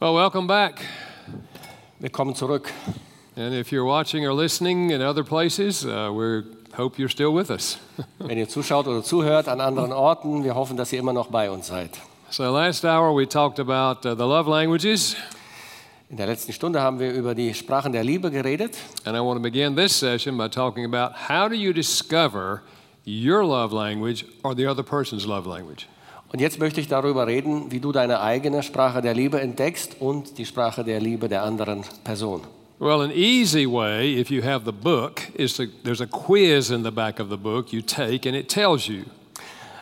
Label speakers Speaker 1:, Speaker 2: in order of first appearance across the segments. Speaker 1: Well, welcome back.
Speaker 2: Willkommen zurück.
Speaker 1: And if you're watching or listening in other places, uh, we hope you're still with us.
Speaker 2: Wenn ihr zuschaut oder zuhört an anderen Orten, wir hoffen, dass ihr immer noch bei uns seid.
Speaker 1: So, last hour we talked about uh, the love languages,
Speaker 2: In der letzten Stunde haben wir über die Sprachen der Liebe geredet
Speaker 1: and I want to begin this session by talking about how do you discover your love language or the other person's love language.
Speaker 2: und jetzt möchte ich darüber reden, wie du deine eigene Sprache der Liebe entdeckst und die Sprache der Liebe der anderen Person.
Speaker 1: Well, an easy way, if you have the book, is to, there's a quiz in the back of the book you take, and it tells you.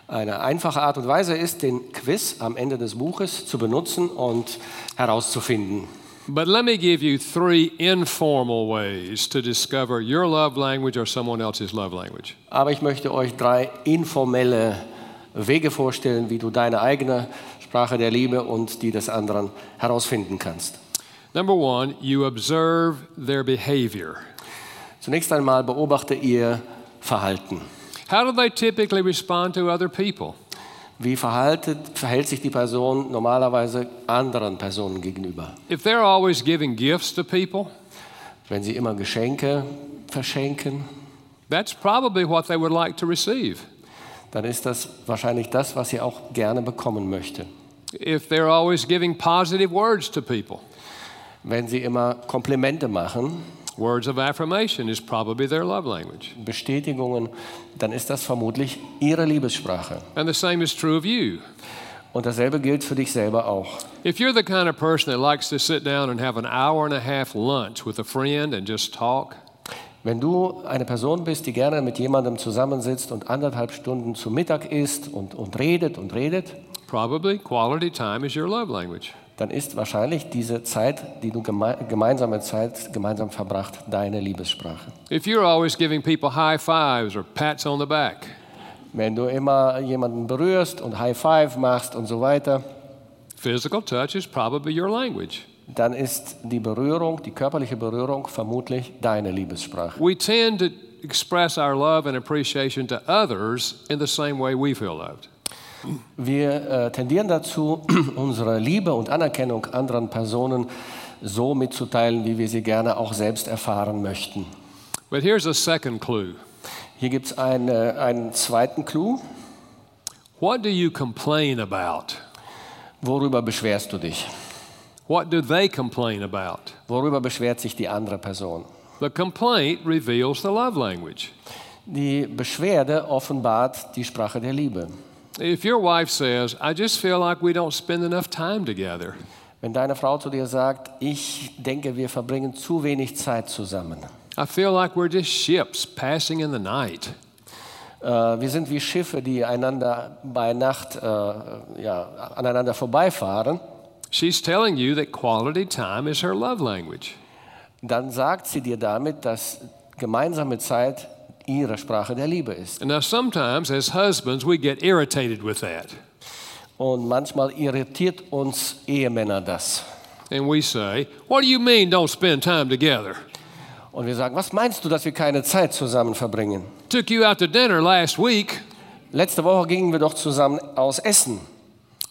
Speaker 2: Eine einfache Art und Weise ist, den Quiz am Ende des Buches zu benutzen und herauszufinden.
Speaker 1: But let me give you three informal ways to discover your love language or someone else's love language.
Speaker 2: Aber ich möchte euch drei informelle Wege vorstellen, wie du deine eigene Sprache der Liebe und die des anderen herausfinden kannst.
Speaker 1: Number one, you observe their behavior.
Speaker 2: Zunächst einmal beobachte ihr Verhalten.
Speaker 1: How do they typically respond to other people?
Speaker 2: Wie verhaltet, verhält sich die Person normalerweise anderen Personen gegenüber?
Speaker 1: If they're always giving gifts to people,
Speaker 2: Wenn sie immer Geschenke verschenken,
Speaker 1: that's probably what they would like to receive.
Speaker 2: dann ist das wahrscheinlich das, was sie auch gerne bekommen möchte.
Speaker 1: If they're always giving positive words to people,
Speaker 2: Wenn sie immer Komplimente machen,
Speaker 1: words of affirmation is probably their love language.
Speaker 2: Bestätigungen, dann ist das vermutlich ihre Liebessprache.
Speaker 1: And the same is true of you.
Speaker 2: Und dasselbe gilt für dich selber auch.
Speaker 1: If you're the kind of person that likes to sit down and have an hour and a half lunch with a friend and just talk,
Speaker 2: Wenn du eine Person bist, die gerne mit jemandem zusammensitzt und anderthalb Stunden zu Mittag isst und, und redet und redet,
Speaker 1: probably quality time is your love language.
Speaker 2: dann ist wahrscheinlich diese Zeit, die du geme gemeinsame Zeit gemeinsam verbracht, deine Liebessprache.
Speaker 1: If you're always giving people high fives or pats on the back,
Speaker 2: Wenn du immer jemanden berührst und High Five machst und so weiter,
Speaker 1: physical touch is probably your language.
Speaker 2: dann ist die Berührung, die körperliche Berührung vermutlich deine Liebessprache.
Speaker 1: We tend to express our love and appreciation to others in the same way we feel loved.
Speaker 2: Wir äh, tendieren dazu, unsere Liebe und Anerkennung anderen Personen so mitzuteilen, wie wir sie gerne auch selbst erfahren möchten.
Speaker 1: But here's a second clue
Speaker 2: Hier gibt es einen, äh, einen zweiten Clou.
Speaker 1: What do you complain about?
Speaker 2: Worüber beschwerst du dich?
Speaker 1: What do they complain about?
Speaker 2: Worüber beschwert sich die andere Person?
Speaker 1: The complaint reveals the love language.
Speaker 2: Die Beschwerde offenbart die Sprache der Liebe.
Speaker 1: If your wife says, I just feel like we don't spend enough time together,
Speaker 2: Wenn deine Frau zu dir sagt, ich denke, wir verbringen zu wenig Zeit zusammen.
Speaker 1: I feel like we're just ships passing in the night.
Speaker 2: Äh, wir sind wie Schiffe, die einander bei Nacht äh, ja, aneinander vorbeifahren.
Speaker 1: She's telling you that quality time is her love language.
Speaker 2: Dann sagt sie dir damit, dass gemeinsame Zeit ihre Sprache der Liebe ist.
Speaker 1: Now, sometimes as husbands, we get irritated with that.
Speaker 2: Und manchmal irritiert uns Ehemänner das.
Speaker 1: And we say, What do you mean don't spend time together?
Speaker 2: Und wir sagen, was meinst du, dass wir keine Zeit zusammen verbringen?
Speaker 1: Took you out to dinner last week,
Speaker 2: Letzte Woche gingen wir doch zusammen aus Essen.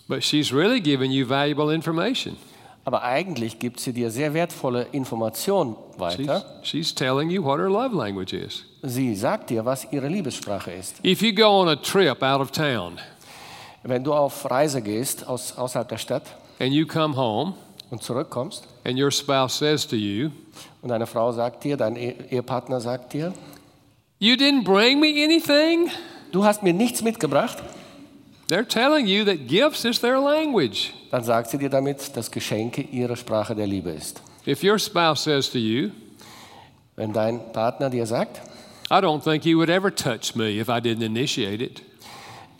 Speaker 1: but she's really giving you valuable information.
Speaker 2: Aber eigentlich gibt sie dir sehr wertvolle Informationen
Speaker 1: She's,
Speaker 2: weiter.
Speaker 1: she's telling you what her love language is.
Speaker 2: Sie sagt dir, was ihre Liebessprache ist.
Speaker 1: If you go on a trip out of town
Speaker 2: Wenn du auf Reise gehst, aus, außerhalb der Stadt
Speaker 1: and you come home
Speaker 2: und zurückkommst
Speaker 1: and your spouse says to you,
Speaker 2: und deine Frau sagt dir, dein Ehe- Ehepartner sagt dir,
Speaker 1: You didn't bring me anything?
Speaker 2: du hast mir nichts mitgebracht,
Speaker 1: They're telling you that gifts is their language.
Speaker 2: dann sagt sie dir damit, dass Geschenke ihre Sprache der Liebe ist.
Speaker 1: If your spouse says to you,
Speaker 2: Wenn dein Partner dir sagt,
Speaker 1: I don't think you would ever touch me if I didn't initiate it,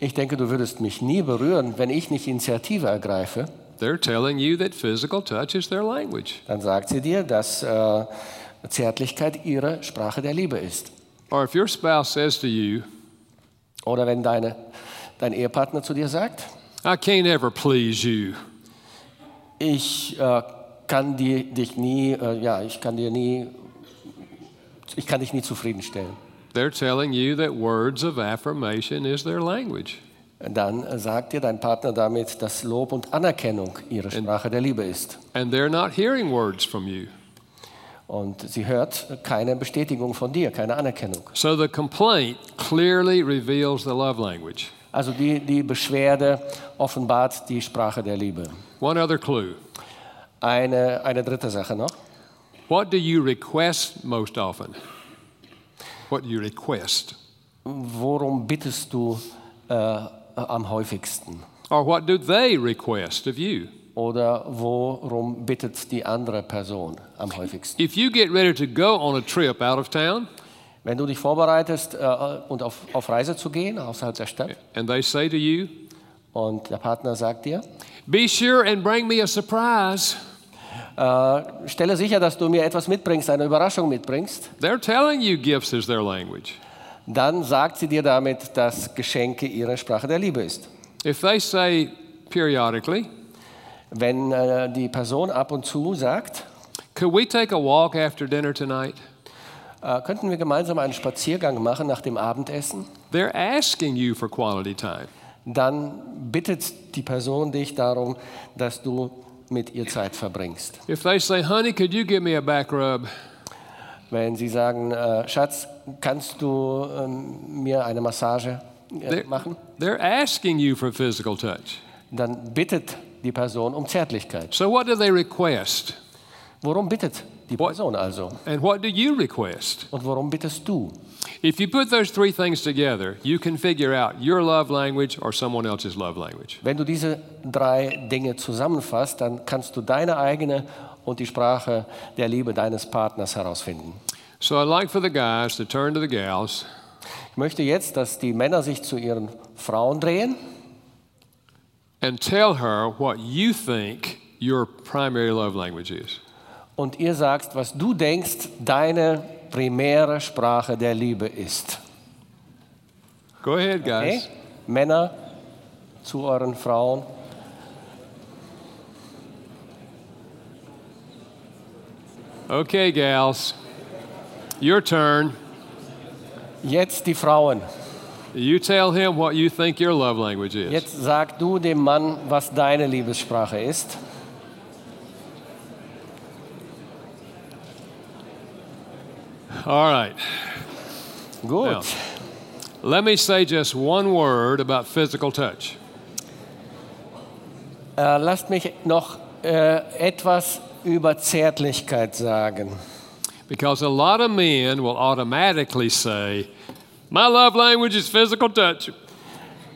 Speaker 2: ich denke, du würdest mich nie berühren, wenn ich nicht Initiative ergreife,
Speaker 1: they're telling you that physical touch is their language.
Speaker 2: dann sagt sie dir, dass äh, Zärtlichkeit ihre Sprache der Liebe ist.
Speaker 1: Or if your spouse says to you,
Speaker 2: Oder wenn deine, dein Ehepartner zu dir sagt,
Speaker 1: I can't ever please you,
Speaker 2: ich äh, kann dir, dich nie, äh, ja, ich kann dir nie, ich kann dich nie zufriedenstellen.
Speaker 1: they're telling you that words of affirmation is their language.
Speaker 2: dann sagt dir dein Partner damit, dass Lob und Anerkennung ihre Sprache der Liebe ist.
Speaker 1: and they're not hearing words from you.
Speaker 2: Und sie hört keine Bestätigung von dir, keine Anerkennung.
Speaker 1: So the complaint clearly reveals the love language.
Speaker 2: Also die, die Beschwerde offenbart die Sprache der Liebe.
Speaker 1: One other clue
Speaker 2: Eine, eine dritte Sache noch.
Speaker 1: what do you request most often? What do you request?
Speaker 2: Worum bittest du äh, am häufigsten?
Speaker 1: Or what do they request of you?
Speaker 2: Oder worum bittet die andere Person am häufigsten?
Speaker 1: If you get ready to go on a trip out of town
Speaker 2: Wenn du dich vorbereitest äh, und auf, auf Reise zu gehen, außerhalb der Stadt,
Speaker 1: and they say to you,
Speaker 2: und der Partner sagt dir,
Speaker 1: be sure and bring me a surprise,
Speaker 2: äh, stelle sicher, dass du mir etwas mitbringst, eine Überraschung mitbringst,
Speaker 1: they're telling you gifts is their language.
Speaker 2: dann sagt sie dir damit, dass Geschenke ihre Sprache der Liebe ist.
Speaker 1: If they say periodically,
Speaker 2: Wenn äh, die Person ab und zu sagt,
Speaker 1: could we take a walk after dinner tonight?
Speaker 2: äh, könnten wir gemeinsam einen Spaziergang machen nach dem Abendessen,
Speaker 1: They're asking you for quality time.
Speaker 2: dann bittet die Person dich darum, dass du mit ihr Zeit verbringst.
Speaker 1: If they say, honey, could you give me a back rub?
Speaker 2: Wenn sie sagen, äh, Schatz, kannst du ähm, mir eine Massage äh,
Speaker 1: They're,
Speaker 2: machen,
Speaker 1: they're asking you for physical touch.
Speaker 2: dann bittet die Person um Zärtlichkeit.
Speaker 1: So, what do they request?
Speaker 2: Worum bittet die Person also?
Speaker 1: And what do you request?
Speaker 2: Und worum bittest du?
Speaker 1: If you put those three things together, you can figure out your love language or someone else's love language.
Speaker 2: Wenn du diese drei Dinge zusammenfasst, dann kannst du deine eigene und die Sprache der Liebe deines Partners herausfinden.
Speaker 1: So, I'd like for the guys to turn to the gals
Speaker 2: Ich möchte jetzt, dass die Männer sich zu ihren Frauen drehen
Speaker 1: and tell her what you think your primary love language is.
Speaker 2: und ihr sagst, was du denkst, deine primäre Sprache der Liebe ist.
Speaker 1: Go ahead, guys.
Speaker 2: Okay? Männer zu euren Frauen.
Speaker 1: Okay, gals, your turn.
Speaker 2: Jetzt die Frauen.
Speaker 1: You tell him what you think your love language is.
Speaker 2: Jetzt sag du dem Mann, was deine Liebessprache ist.
Speaker 1: All right.
Speaker 2: Gut.
Speaker 1: Ja. Let me say just one word about physical touch.
Speaker 2: Äh, lasst mich noch äh, etwas über Zärtlichkeit sagen.
Speaker 1: Because a lot of men will automatically say, My love language is physical touch.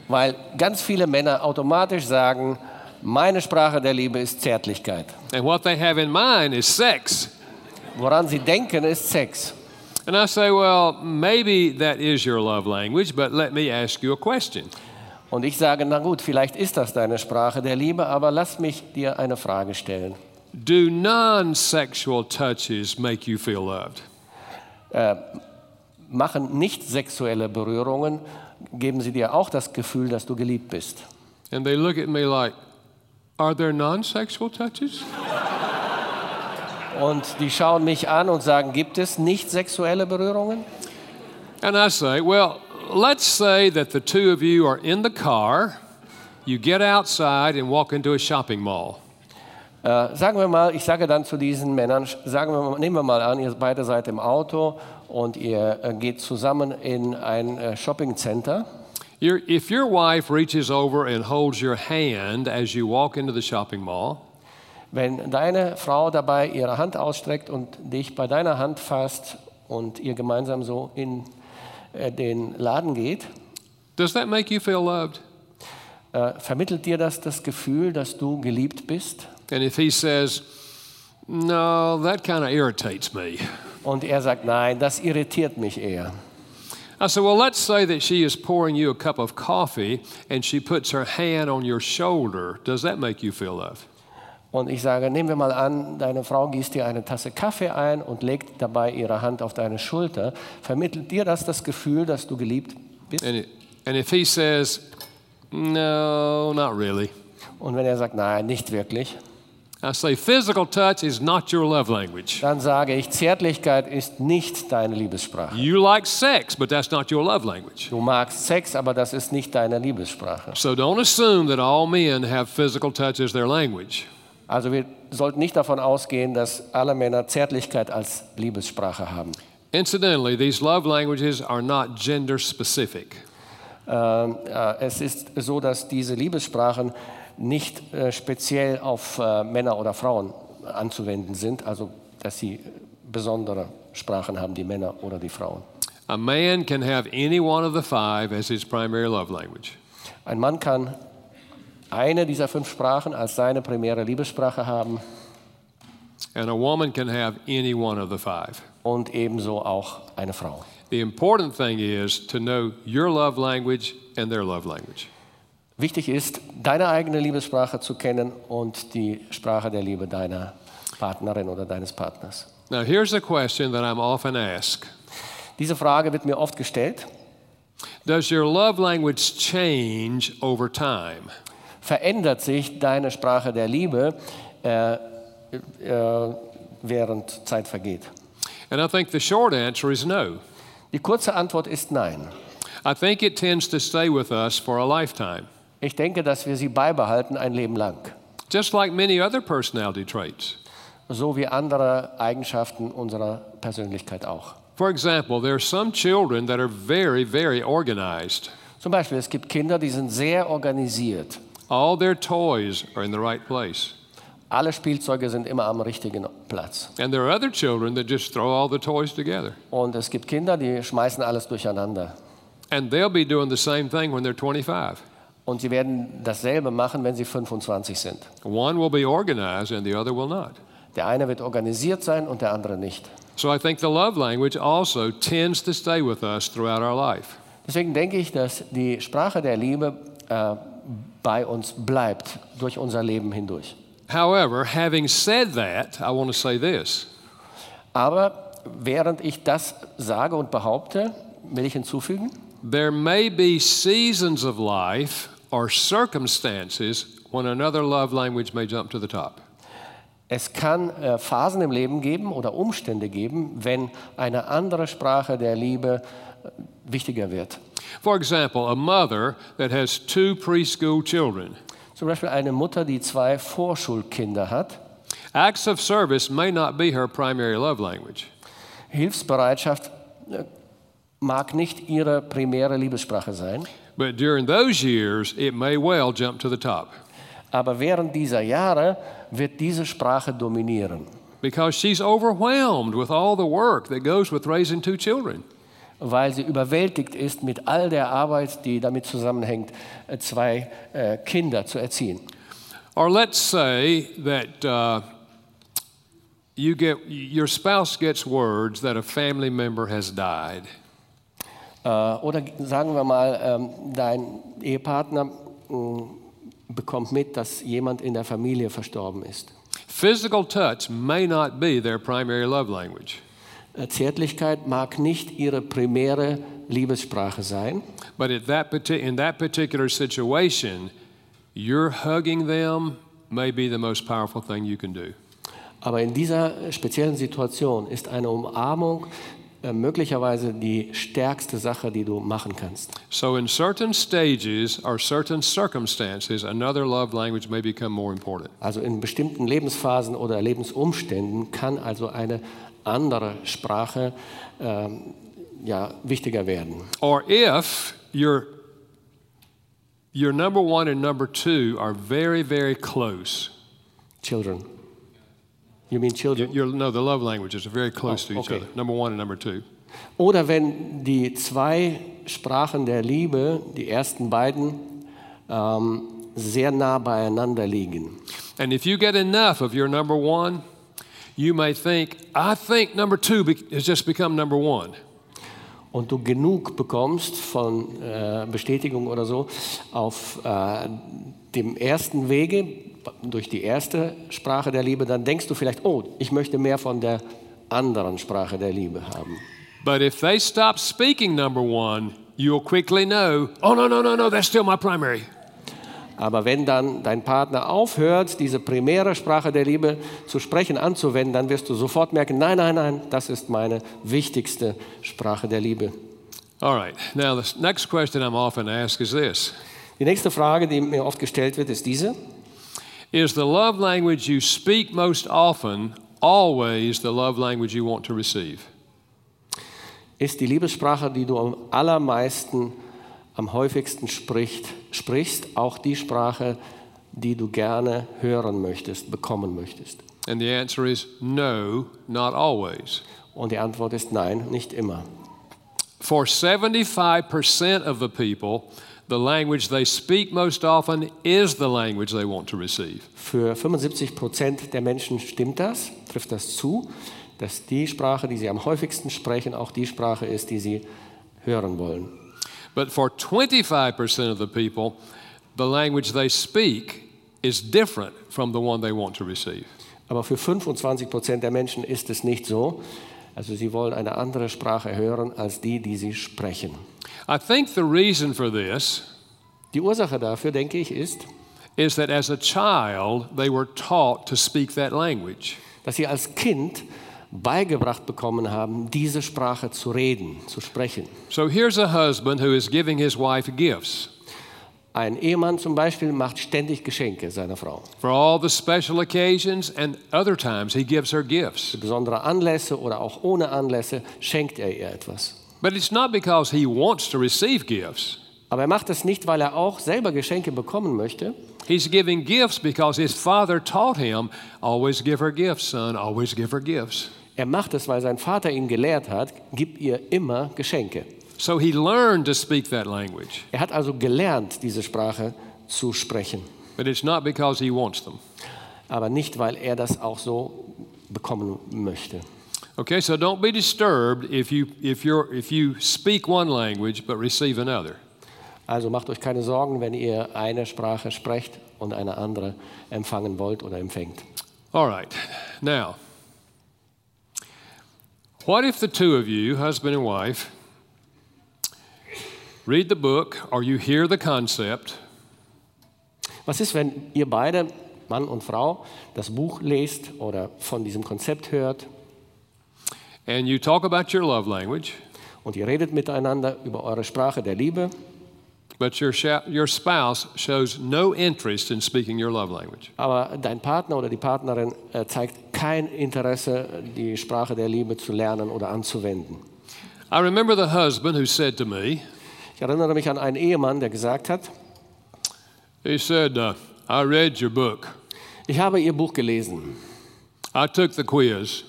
Speaker 2: Weil ganz viele Männer automatisch sagen, meine Sprache der Liebe ist Zärtlichkeit.
Speaker 1: And what they have in mind is sex.
Speaker 2: Woran sie denken, ist Sex.
Speaker 1: And I say, Well, maybe that is your love language, but let me ask you a question.
Speaker 2: Und ich sage, na gut, vielleicht ist das deine Sprache der Liebe, aber lass mich dir eine Frage stellen.
Speaker 1: Do non sexual touches make you feel loved?
Speaker 2: Machen nicht sexuelle Berührungen, geben sie dir auch das Gefühl, dass du geliebt bist.
Speaker 1: And they look at me like, Are there non sexual touches?
Speaker 2: Und die schauen mich an und sagen, gibt es nicht sexuelle Berührungen?
Speaker 1: And I say, well, let's say that the two of you are in the car, you get outside and walk into a shopping mall.
Speaker 2: Äh, sagen wir mal, ich sage dann zu diesen Männern, sch- sagen wir mal, nehmen wir mal an, ihr beide seid im Auto und ihr äh, geht zusammen in ein äh, Shoppingcenter.
Speaker 1: Your, if your wife reaches over and holds your hand as you walk into the shopping mall,
Speaker 2: Wenn deine Frau dabei ihre Hand ausstreckt und dich bei deiner Hand fasst und ihr gemeinsam so in äh, den Laden geht,
Speaker 1: does that make you feel loved?
Speaker 2: äh, vermittelt dir das das Gefühl, dass du geliebt bist?
Speaker 1: And if he says, no, that kind of irritates me.
Speaker 2: Und er sagt, nein, das irritiert mich eher.
Speaker 1: I said, well, let's say that she is pouring you a cup of coffee and she puts her hand on your shoulder. Does that make you feel loved?
Speaker 2: Und ich sage, nehmen wir mal an, deine Frau gießt dir eine Tasse Kaffee ein und legt dabei ihre Hand auf deine Schulter. Vermittelt dir das das Gefühl, dass du geliebt bist?
Speaker 1: And, it, and if he says, no, not really.
Speaker 2: Und wenn er sagt, nein, nicht wirklich,
Speaker 1: I say physical touch is not your love language.
Speaker 2: dann sage ich, Zärtlichkeit ist nicht deine Liebessprache.
Speaker 1: You like sex, but that's not your love language.
Speaker 2: Du magst Sex, aber das ist nicht deine Liebessprache.
Speaker 1: So don't assume that all men have physical touch as their language.
Speaker 2: Also wir sollten nicht davon ausgehen, dass alle Männer Zärtlichkeit als Liebessprache haben.
Speaker 1: Incidentally, these love languages are not gender specific.
Speaker 2: Ähm, äh, es ist so, dass diese Liebessprachen nicht äh, speziell auf äh, Männer oder Frauen anzuwenden sind, also dass sie besondere Sprachen haben, die Männer oder die Frauen.
Speaker 1: A man can have any one of the five as his primary love language.
Speaker 2: Ein Mann kann eine dieser fünf Sprachen als seine primäre Liebessprache haben
Speaker 1: And a woman can have any one of the five.
Speaker 2: und ebenso auch eine Frau.
Speaker 1: The important thing is to know your love language and their love language.
Speaker 2: Wichtig ist, deine eigene Liebessprache zu kennen und die Sprache der Liebe deiner Partnerin oder deines Partners.
Speaker 1: Now, here's a question that I'm often asked
Speaker 2: Diese Frage wird mir oft gestellt.
Speaker 1: Does your love language change over time?
Speaker 2: Verändert sich deine Sprache der Liebe, äh, äh, während Zeit vergeht?
Speaker 1: And I think the short answer is no.
Speaker 2: Die kurze Antwort ist nein.
Speaker 1: I think it tends to stay with us for a lifetime,
Speaker 2: Ich denke, dass wir sie beibehalten ein Leben lang,
Speaker 1: just like many other personality traits.
Speaker 2: so wie andere Eigenschaften unserer Persönlichkeit auch.
Speaker 1: For example, there are some children that are very, very organized.
Speaker 2: Zum Beispiel, es gibt Kinder, die sind sehr organisiert.
Speaker 1: All their toys are in the right place.
Speaker 2: Alle Spielzeuge sind immer am richtigen Platz.
Speaker 1: And there are other children that just throw all the toys together.
Speaker 2: Und es gibt Kinder, die schmeißen alles durcheinander.
Speaker 1: And they'll be doing the same thing when they're 25.
Speaker 2: Und sie werden dasselbe machen, wenn sie 25 sind.
Speaker 1: One will be organized and the other will not.
Speaker 2: Der eine wird organisiert sein und der andere nicht.
Speaker 1: So I think the love language also tends to stay with us throughout our life.
Speaker 2: Deswegen denke ich, dass die Sprache der Liebe äh, bei uns bleibt durch unser Leben hindurch.
Speaker 1: However, having said that, I want to say this
Speaker 2: Aber während ich das sage und behaupte, will ich hinzufügen,
Speaker 1: there may be seasons of life or circumstances when another love language may jump to the top.
Speaker 2: es kann äh, Phasen im Leben geben oder Umstände geben, wenn eine andere Sprache der Liebe äh, wichtiger wird.
Speaker 1: For example, a mother that has two preschool children.
Speaker 2: Zum Beispiel eine Mutter, die zwei Vorschulkinder hat.
Speaker 1: Acts of service may not be her primary love language,
Speaker 2: Hilfsbereitschaft äh, mag nicht ihre primäre Liebessprache sein,
Speaker 1: but during those years, it may well jump to the top
Speaker 2: aber während dieser Jahre wird diese Sprache dominieren,
Speaker 1: because she's overwhelmed with all the work that goes with raising two children.
Speaker 2: weil sie überwältigt ist mit all der Arbeit, die damit zusammenhängt, äh, zwei äh, Kinder zu erziehen.
Speaker 1: Or let's say that uh, you get, your spouse gets words that a family member has died.
Speaker 2: Äh, Oder g- sagen wir mal, ähm, dein Ehepartner mh, bekommt mit, dass jemand in der Familie verstorben ist.
Speaker 1: Physical touch may not be their primary love language,
Speaker 2: Äh, Zärtlichkeit mag nicht ihre primäre Liebessprache sein,
Speaker 1: but at that, parti- in that particular situation, your hugging them may be the most powerful thing you can do.
Speaker 2: Aber in dieser speziellen Situation ist eine Umarmung äh, möglicherweise die stärkste Sache, die du machen kannst.
Speaker 1: So, in certain stages or certain circumstances, another love language may become more important.
Speaker 2: Also in bestimmten Lebensphasen oder Lebensumständen kann also eine andere Sprache ähm, ja, wichtiger werden.
Speaker 1: Or if your your number one and number two are very, very close.
Speaker 2: Children. You mean children?
Speaker 1: Your, no, the love languages are very close to each
Speaker 2: okay.
Speaker 1: other. Number one and number two.
Speaker 2: Oder wenn die zwei Sprachen der Liebe, die ersten beiden, ähm, sehr nah beieinander liegen.
Speaker 1: And if you get enough of your number one, you may think, I think number two be- has just become number one.
Speaker 2: und du genug bekommst von äh, Bestätigung oder so auf äh, dem ersten Wege durch die erste Sprache der Liebe, dann denkst du vielleicht, oh, ich möchte mehr von der anderen Sprache der Liebe haben.
Speaker 1: But if they stop speaking number one, you'll quickly know, oh, no, no, no, no, that's still my primary.
Speaker 2: Aber wenn dann dein Partner aufhört, diese primäre Sprache der Liebe zu sprechen, anzuwenden, dann wirst du sofort merken, nein, nein, nein, das ist meine wichtigste Sprache der Liebe.
Speaker 1: All right. Now, the s- next question I'm often asked is this
Speaker 2: Die nächste Frage, die mir oft gestellt wird, ist diese.
Speaker 1: Is the love language you speak most often always the love language you want to receive?
Speaker 2: Ist die Liebessprache, die du am allermeisten, am häufigsten spricht, sprichst, auch die Sprache, die du gerne hören möchtest, bekommen möchtest?
Speaker 1: And the answer is no, not always.
Speaker 2: Und die Antwort ist nein, nicht immer.
Speaker 1: For 75% of the people, the language they speak most often is the language they want to receive.
Speaker 2: Für 75 Prozent der Menschen stimmt das, trifft das zu, dass die Sprache, die sie am häufigsten sprechen, auch die Sprache ist, die sie hören wollen.
Speaker 1: But for 25% of the people, the language they speak is different from the one they want to receive.
Speaker 2: Aber für 25 Prozent der Menschen ist es nicht so. Also sie wollen eine andere Sprache hören als die, die sie sprechen.
Speaker 1: I think the reason for this
Speaker 2: Die Ursache dafür, denke ich, ist,
Speaker 1: is that as a child, they were taught to speak that language.
Speaker 2: dass sie als Kind beigebracht bekommen haben, diese Sprache zu reden, zu sprechen.
Speaker 1: So here's a husband who is giving his wife gifts
Speaker 2: Ein Ehemann zum Beispiel macht ständig Geschenke seiner Frau.
Speaker 1: for all the special occasions, and other times he gives her gifts.
Speaker 2: Besondere Anlässe oder auch ohne Anlässe schenkt er ihr etwas.
Speaker 1: But it's not because he wants to receive gifts.
Speaker 2: Aber er macht das nicht, weil er auch selber Geschenke bekommen möchte,
Speaker 1: He's giving gifts because his father taught him, always give her gifts, son, always give her gifts.
Speaker 2: er macht es, weil sein Vater ihn gelehrt hat, gib ihr immer Geschenke.
Speaker 1: So he learned to speak that language,
Speaker 2: Er hat also gelernt, diese Sprache zu sprechen,
Speaker 1: but it's not because he wants them.
Speaker 2: aber nicht, weil er das auch so bekommen möchte.
Speaker 1: Okay, so don't be disturbed if you, if, you're, if you speak one language but receive another.
Speaker 2: Also macht euch keine Sorgen, wenn ihr eine Sprache sprecht und eine andere empfangen wollt oder empfängt.
Speaker 1: All right, now, what if the two of you, husband and wife, read the book or you hear the concept
Speaker 2: Was ist, wenn ihr beide, Mann und Frau, das Buch lest oder von diesem Konzept hört
Speaker 1: and you talk about your love language,
Speaker 2: und ihr redet miteinander über eure Sprache der Liebe,
Speaker 1: but your, sha- your spouse shows no interest in speaking your love language?
Speaker 2: aber dein Partner oder die Partnerin äh, zeigt kein Interesse, die Sprache der Liebe zu lernen oder anzuwenden?
Speaker 1: I remember the husband who said to me,
Speaker 2: Ich erinnere mich an einen Ehemann, der gesagt hat,
Speaker 1: he said, uh, I read your book,
Speaker 2: ich habe ihr Buch gelesen,
Speaker 1: I took the quiz,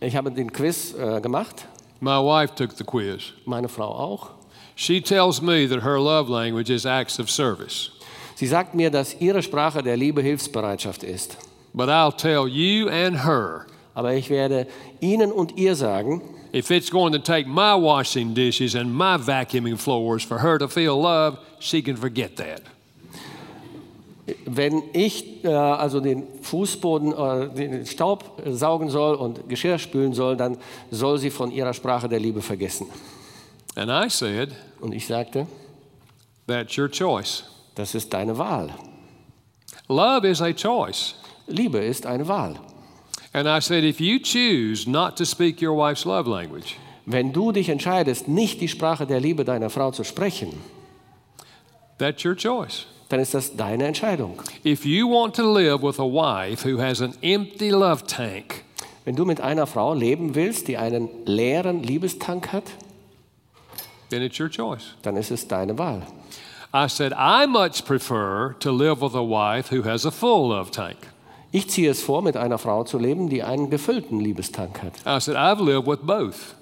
Speaker 2: ich habe den Quiz äh, gemacht,
Speaker 1: my wife took the quiz.
Speaker 2: meine Frau auch.
Speaker 1: She tells me that her love language is acts of service.
Speaker 2: Sie sagt mir, dass ihre Sprache der Liebe Hilfsbereitschaft ist.
Speaker 1: But I'll tell you and her
Speaker 2: Aber ich werde Ihnen und ihr sagen,
Speaker 1: if it's going to take my washing dishes and my vacuuming floors for her to feel love, she can forget that.
Speaker 2: wenn ich äh, also den Fußboden, äh, den Staub äh, saugen soll und Geschirr spülen soll, dann soll sie von ihrer Sprache der Liebe vergessen.
Speaker 1: And I said,
Speaker 2: Und ich sagte,
Speaker 1: That's your choice.
Speaker 2: das ist deine Wahl.
Speaker 1: Love is a choice.
Speaker 2: Liebe ist eine Wahl.
Speaker 1: And I said, If you choose not to speak your wife's love language,
Speaker 2: Wenn du dich entscheidest, nicht die Sprache der Liebe deiner Frau zu sprechen,
Speaker 1: that's your choice.
Speaker 2: dann ist das deine Entscheidung.
Speaker 1: If you want to live with a wife who has an empty love tank,
Speaker 2: Wenn du mit einer Frau leben willst, die einen leeren Liebestank hat,
Speaker 1: then it's your choice.
Speaker 2: dann ist es deine Wahl.
Speaker 1: I said, I much prefer to live with a wife who has a full love tank.
Speaker 2: Ich ziehe es vor, mit einer Frau zu leben, die einen gefüllten Liebestank hat.
Speaker 1: I said, I've lived with both.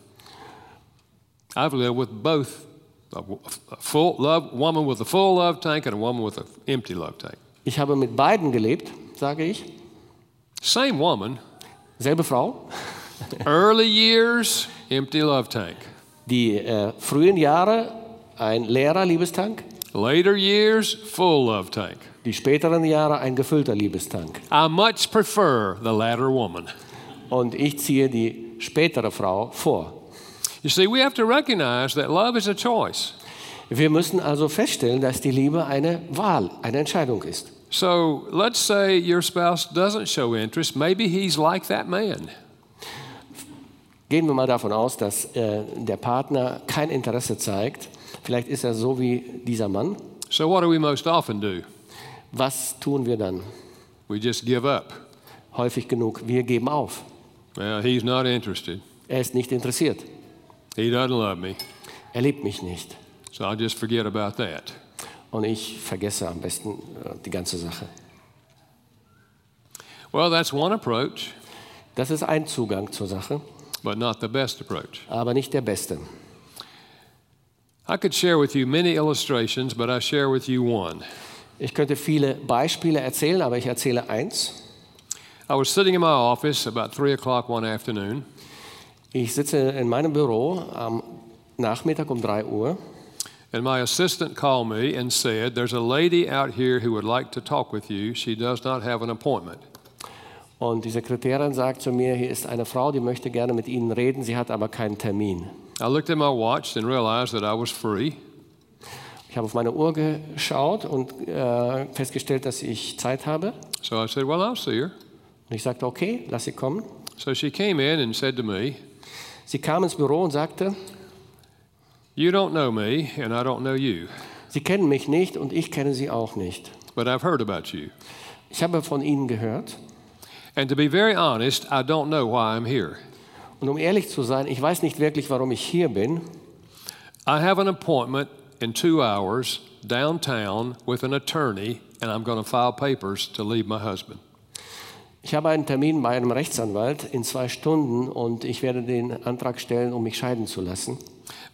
Speaker 1: I've lived with both a w- a full love woman with a full love tank and a woman with an empty love tank.
Speaker 2: Ich habe mit beiden gelebt, sage ich.
Speaker 1: Same woman,
Speaker 2: Selbe Frau.
Speaker 1: early years, empty love tank.
Speaker 2: Die äh, frühen Jahre ein leerer Liebestank,
Speaker 1: Later years, full love tank.
Speaker 2: die späteren Jahre ein gefüllter Liebestank.
Speaker 1: I much prefer the latter woman.
Speaker 2: Und ich ziehe die spätere Frau vor.
Speaker 1: You see, we have to recognize that love is a choice.
Speaker 2: Wir müssen also feststellen, dass die Liebe eine Wahl, eine Entscheidung ist.
Speaker 1: So let's say your spouse doesn't show interest. Maybe he's like that man.
Speaker 2: Gehen wir mal davon aus, dass äh, der Partner kein Interesse zeigt. Vielleicht ist er so wie dieser Mann.
Speaker 1: So what do we most often do?
Speaker 2: Was tun wir dann?
Speaker 1: We just give up.
Speaker 2: Häufig genug. Wir geben auf.
Speaker 1: Well, he's not interested.
Speaker 2: Er ist nicht interessiert.
Speaker 1: He doesn't love me.
Speaker 2: Er liebt mich nicht.
Speaker 1: So I'll just forget about that.
Speaker 2: Und ich vergesse am besten äh, die ganze Sache.
Speaker 1: Well, that's one approach,
Speaker 2: Das ist ein Zugang zur Sache,
Speaker 1: but not the best approach.
Speaker 2: aber nicht der beste.
Speaker 1: I could share with you many illustrations, but I share with you one.
Speaker 2: Ich könnte viele Beispiele erzählen, aber ich erzähle eins.
Speaker 1: I was sitting in my office about three o'clock one afternoon,
Speaker 2: Ich sitze in meinem Büro am Nachmittag um 3 Uhr
Speaker 1: and my assistant called me and said, There's a lady out here who would like to talk with you. She does not have an appointment.
Speaker 2: und die Sekretärin sagt zu mir, hier ist eine Frau, die möchte gerne mit Ihnen reden, sie hat aber keinen Termin.
Speaker 1: I looked at my watch and realized that I was free.
Speaker 2: Ich habe auf meine Uhr geschaut und äh, festgestellt, dass ich Zeit habe.
Speaker 1: So I said, Well, I'll see her.
Speaker 2: Und ich sagte, okay, lass sie kommen.
Speaker 1: So she came in and said to me,
Speaker 2: Sie kam ins Büro und sagte,
Speaker 1: You don't know me, and I don't know you,
Speaker 2: Sie kennen mich nicht und ich kenne Sie auch nicht.
Speaker 1: but I've heard about you.
Speaker 2: Ich habe von Ihnen gehört.
Speaker 1: And to be very honest, I don't know why I'm here.
Speaker 2: Und um ehrlich zu sein, ich weiß nicht wirklich, warum ich hier bin.
Speaker 1: I have an appointment in two hours downtown with an attorney, and I'm going to file papers to leave my husband.
Speaker 2: Ich habe einen Termin bei einem Rechtsanwalt in zwei Stunden und ich werde den Antrag stellen, um mich scheiden zu lassen.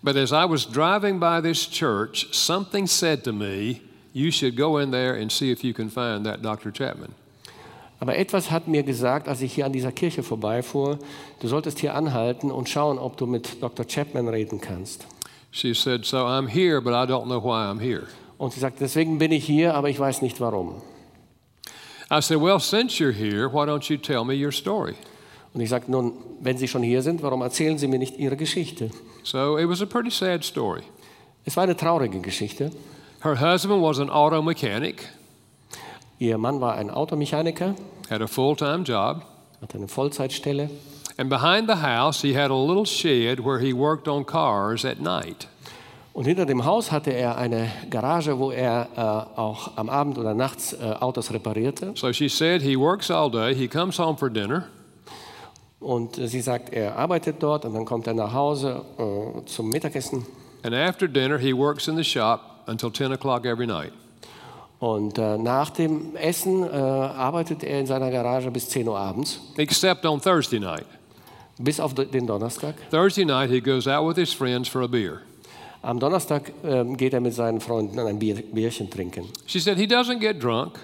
Speaker 1: But as I was driving by this church, something said to me, You should go in there and see if you can find that Dr. Chapman.
Speaker 2: Aber etwas hat mir gesagt, als ich hier an dieser Kirche vorbeifuhr, du solltest hier anhalten und schauen, ob du mit Dr. Chapman reden kannst.
Speaker 1: She said, So I'm here, but I don't know why I'm here.
Speaker 2: Und sie sagt, deswegen bin ich hier, aber ich weiß nicht warum.
Speaker 1: I said, Well, since you're here, why don't you tell me your story?
Speaker 2: Und ich sagte, nun, wenn Sie schon hier sind, warum erzählen Sie mir nicht Ihre Geschichte?
Speaker 1: So it was a pretty sad story.
Speaker 2: Es war eine traurige Geschichte.
Speaker 1: Her husband was an auto mechanic,
Speaker 2: Ihr Mann war ein Automechaniker,
Speaker 1: had a full time job,
Speaker 2: hatte eine Vollzeitstelle
Speaker 1: and behind the house, he had a little shed where he worked on cars at night.
Speaker 2: Und hinter dem Haus hatte er eine Garage, wo er äh, auch am Abend oder nachts äh, Autos reparierte.
Speaker 1: So she said, He works all day, he comes home for dinner,
Speaker 2: Und äh, sie sagt, er arbeitet dort und dann kommt er nach Hause äh, zum Mittagessen.
Speaker 1: and after dinner, he works in the shop until 10 o'clock every night.
Speaker 2: Und äh, nach dem Essen äh, arbeitet er in seiner Garage bis 10 Uhr abends,
Speaker 1: except on Thursday night.
Speaker 2: bis auf do- den Donnerstag.
Speaker 1: Thursday night, he goes out with his friends for a beer.
Speaker 2: Am Donnerstag äh, geht er mit seinen Freunden ein Bier, Bierchen trinken.
Speaker 1: She said, He doesn't get drunk.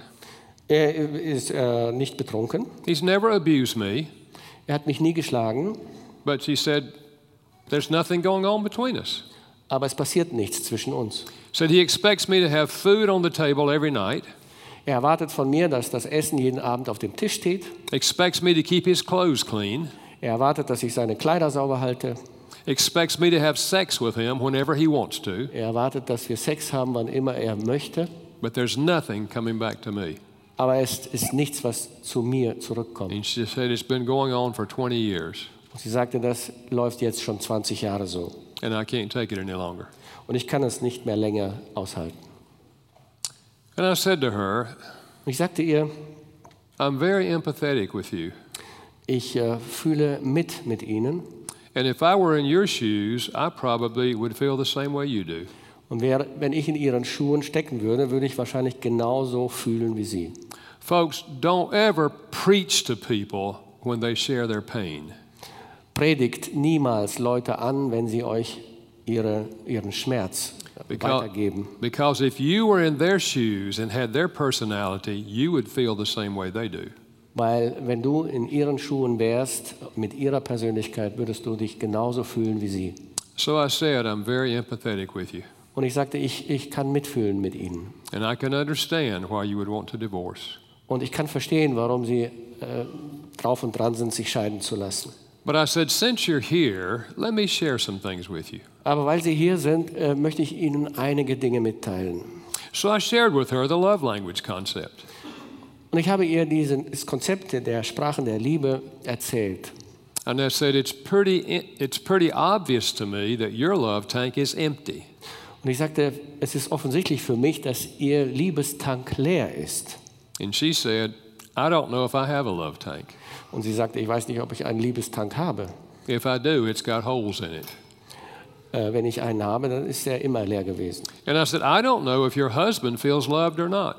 Speaker 2: Er ist äh, nicht betrunken,
Speaker 1: He's never abused me.
Speaker 2: er hat mich nie geschlagen,
Speaker 1: But she said, There's nothing going on between us.
Speaker 2: aber es passiert nichts zwischen uns.
Speaker 1: Said, He expects me to have food on the table every night,
Speaker 2: Er erwartet von mir, dass das Essen jeden Abend auf dem Tisch steht.
Speaker 1: expects me to keep his clothes clean,
Speaker 2: Er erwartet, dass ich seine Kleider sauber halte.
Speaker 1: expects me to have sex with him whenever he wants to,
Speaker 2: Er erwartet, dass wir Sex haben, wann immer er möchte.
Speaker 1: but there's nothing coming back to me.
Speaker 2: Aber es ist nichts, was zu mir zurückkommt.
Speaker 1: And she said, It's been going on for 20 years,
Speaker 2: Und sie sagte, das läuft jetzt schon 20 Jahre so.
Speaker 1: and I can't take it any longer.
Speaker 2: Und ich kann es nicht mehr länger aushalten.
Speaker 1: And I said to her,
Speaker 2: Ich sagte ihr,
Speaker 1: I'm very empathetic with you.
Speaker 2: ich äh, fühle mit mit Ihnen.
Speaker 1: And if I were in your shoes, I probably would feel the same way you do.
Speaker 2: Und wäre, wenn ich in Ihren Schuhen stecken würde, würde ich wahrscheinlich genauso fühlen wie Sie.
Speaker 1: Folks, don't ever preach to people when they share their pain.
Speaker 2: Predigt niemals Leute an, wenn sie euch ihre, ihren Schmerz
Speaker 1: Because-
Speaker 2: weitergeben.
Speaker 1: Because if you were in their shoes and had their personality, you would feel the same way they do.
Speaker 2: Weil wenn du in ihren Schuhen wärst, mit ihrer Persönlichkeit, würdest du dich genauso fühlen wie sie.
Speaker 1: So I said, I'm very empathetic with you.
Speaker 2: Und ich sagte, ich, ich kann mitfühlen mit ihnen.
Speaker 1: And I can understand why you would want to divorce.
Speaker 2: Und ich kann verstehen, warum sie äh, drauf und dran sind, sich scheiden zu lassen.
Speaker 1: But I said, since you're here, let me share some things with you.
Speaker 2: Aber weil Sie hier sind, äh, möchte ich Ihnen einige Dinge mitteilen.
Speaker 1: So I shared with her the love language concept.
Speaker 2: Und ich habe ihr dieses Konzept der Sprachen der Liebe erzählt.
Speaker 1: And I said, it's pretty, it's pretty obvious to me that your love tank is empty.
Speaker 2: Und ich sagte, es ist offensichtlich für mich, dass Ihr Liebestank leer ist.
Speaker 1: And she said, I don't know if I have a love tank.
Speaker 2: Und sie sagte, ich weiß nicht, ob ich einen Liebestank habe.
Speaker 1: If I do, it's got holes in it.
Speaker 2: Äh, wenn ich einen habe, dann ist er immer leer gewesen.
Speaker 1: And I said, I don't know if your husband feels loved or not.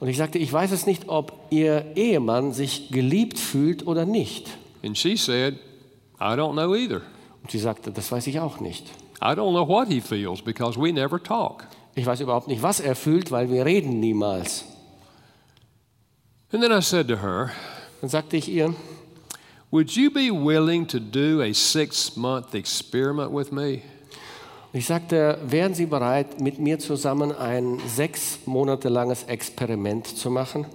Speaker 2: Und ich sagte, ich weiß es nicht, ob Ihr Ehemann sich geliebt fühlt oder nicht.
Speaker 1: And she said, I don't know either.
Speaker 2: Und sie sagte, das weiß ich auch nicht.
Speaker 1: I don't know what he feels because we never talk.
Speaker 2: Ich weiß überhaupt nicht, was er fühlt, weil wir reden niemals.
Speaker 1: And then I said to her,
Speaker 2: Dann sagte ich ihr,
Speaker 1: Would you be willing to do a six month experiment with me?
Speaker 2: ich sagte, wären Sie bereit, mit mir zusammen ein sechs Monate langes Experiment zu machen?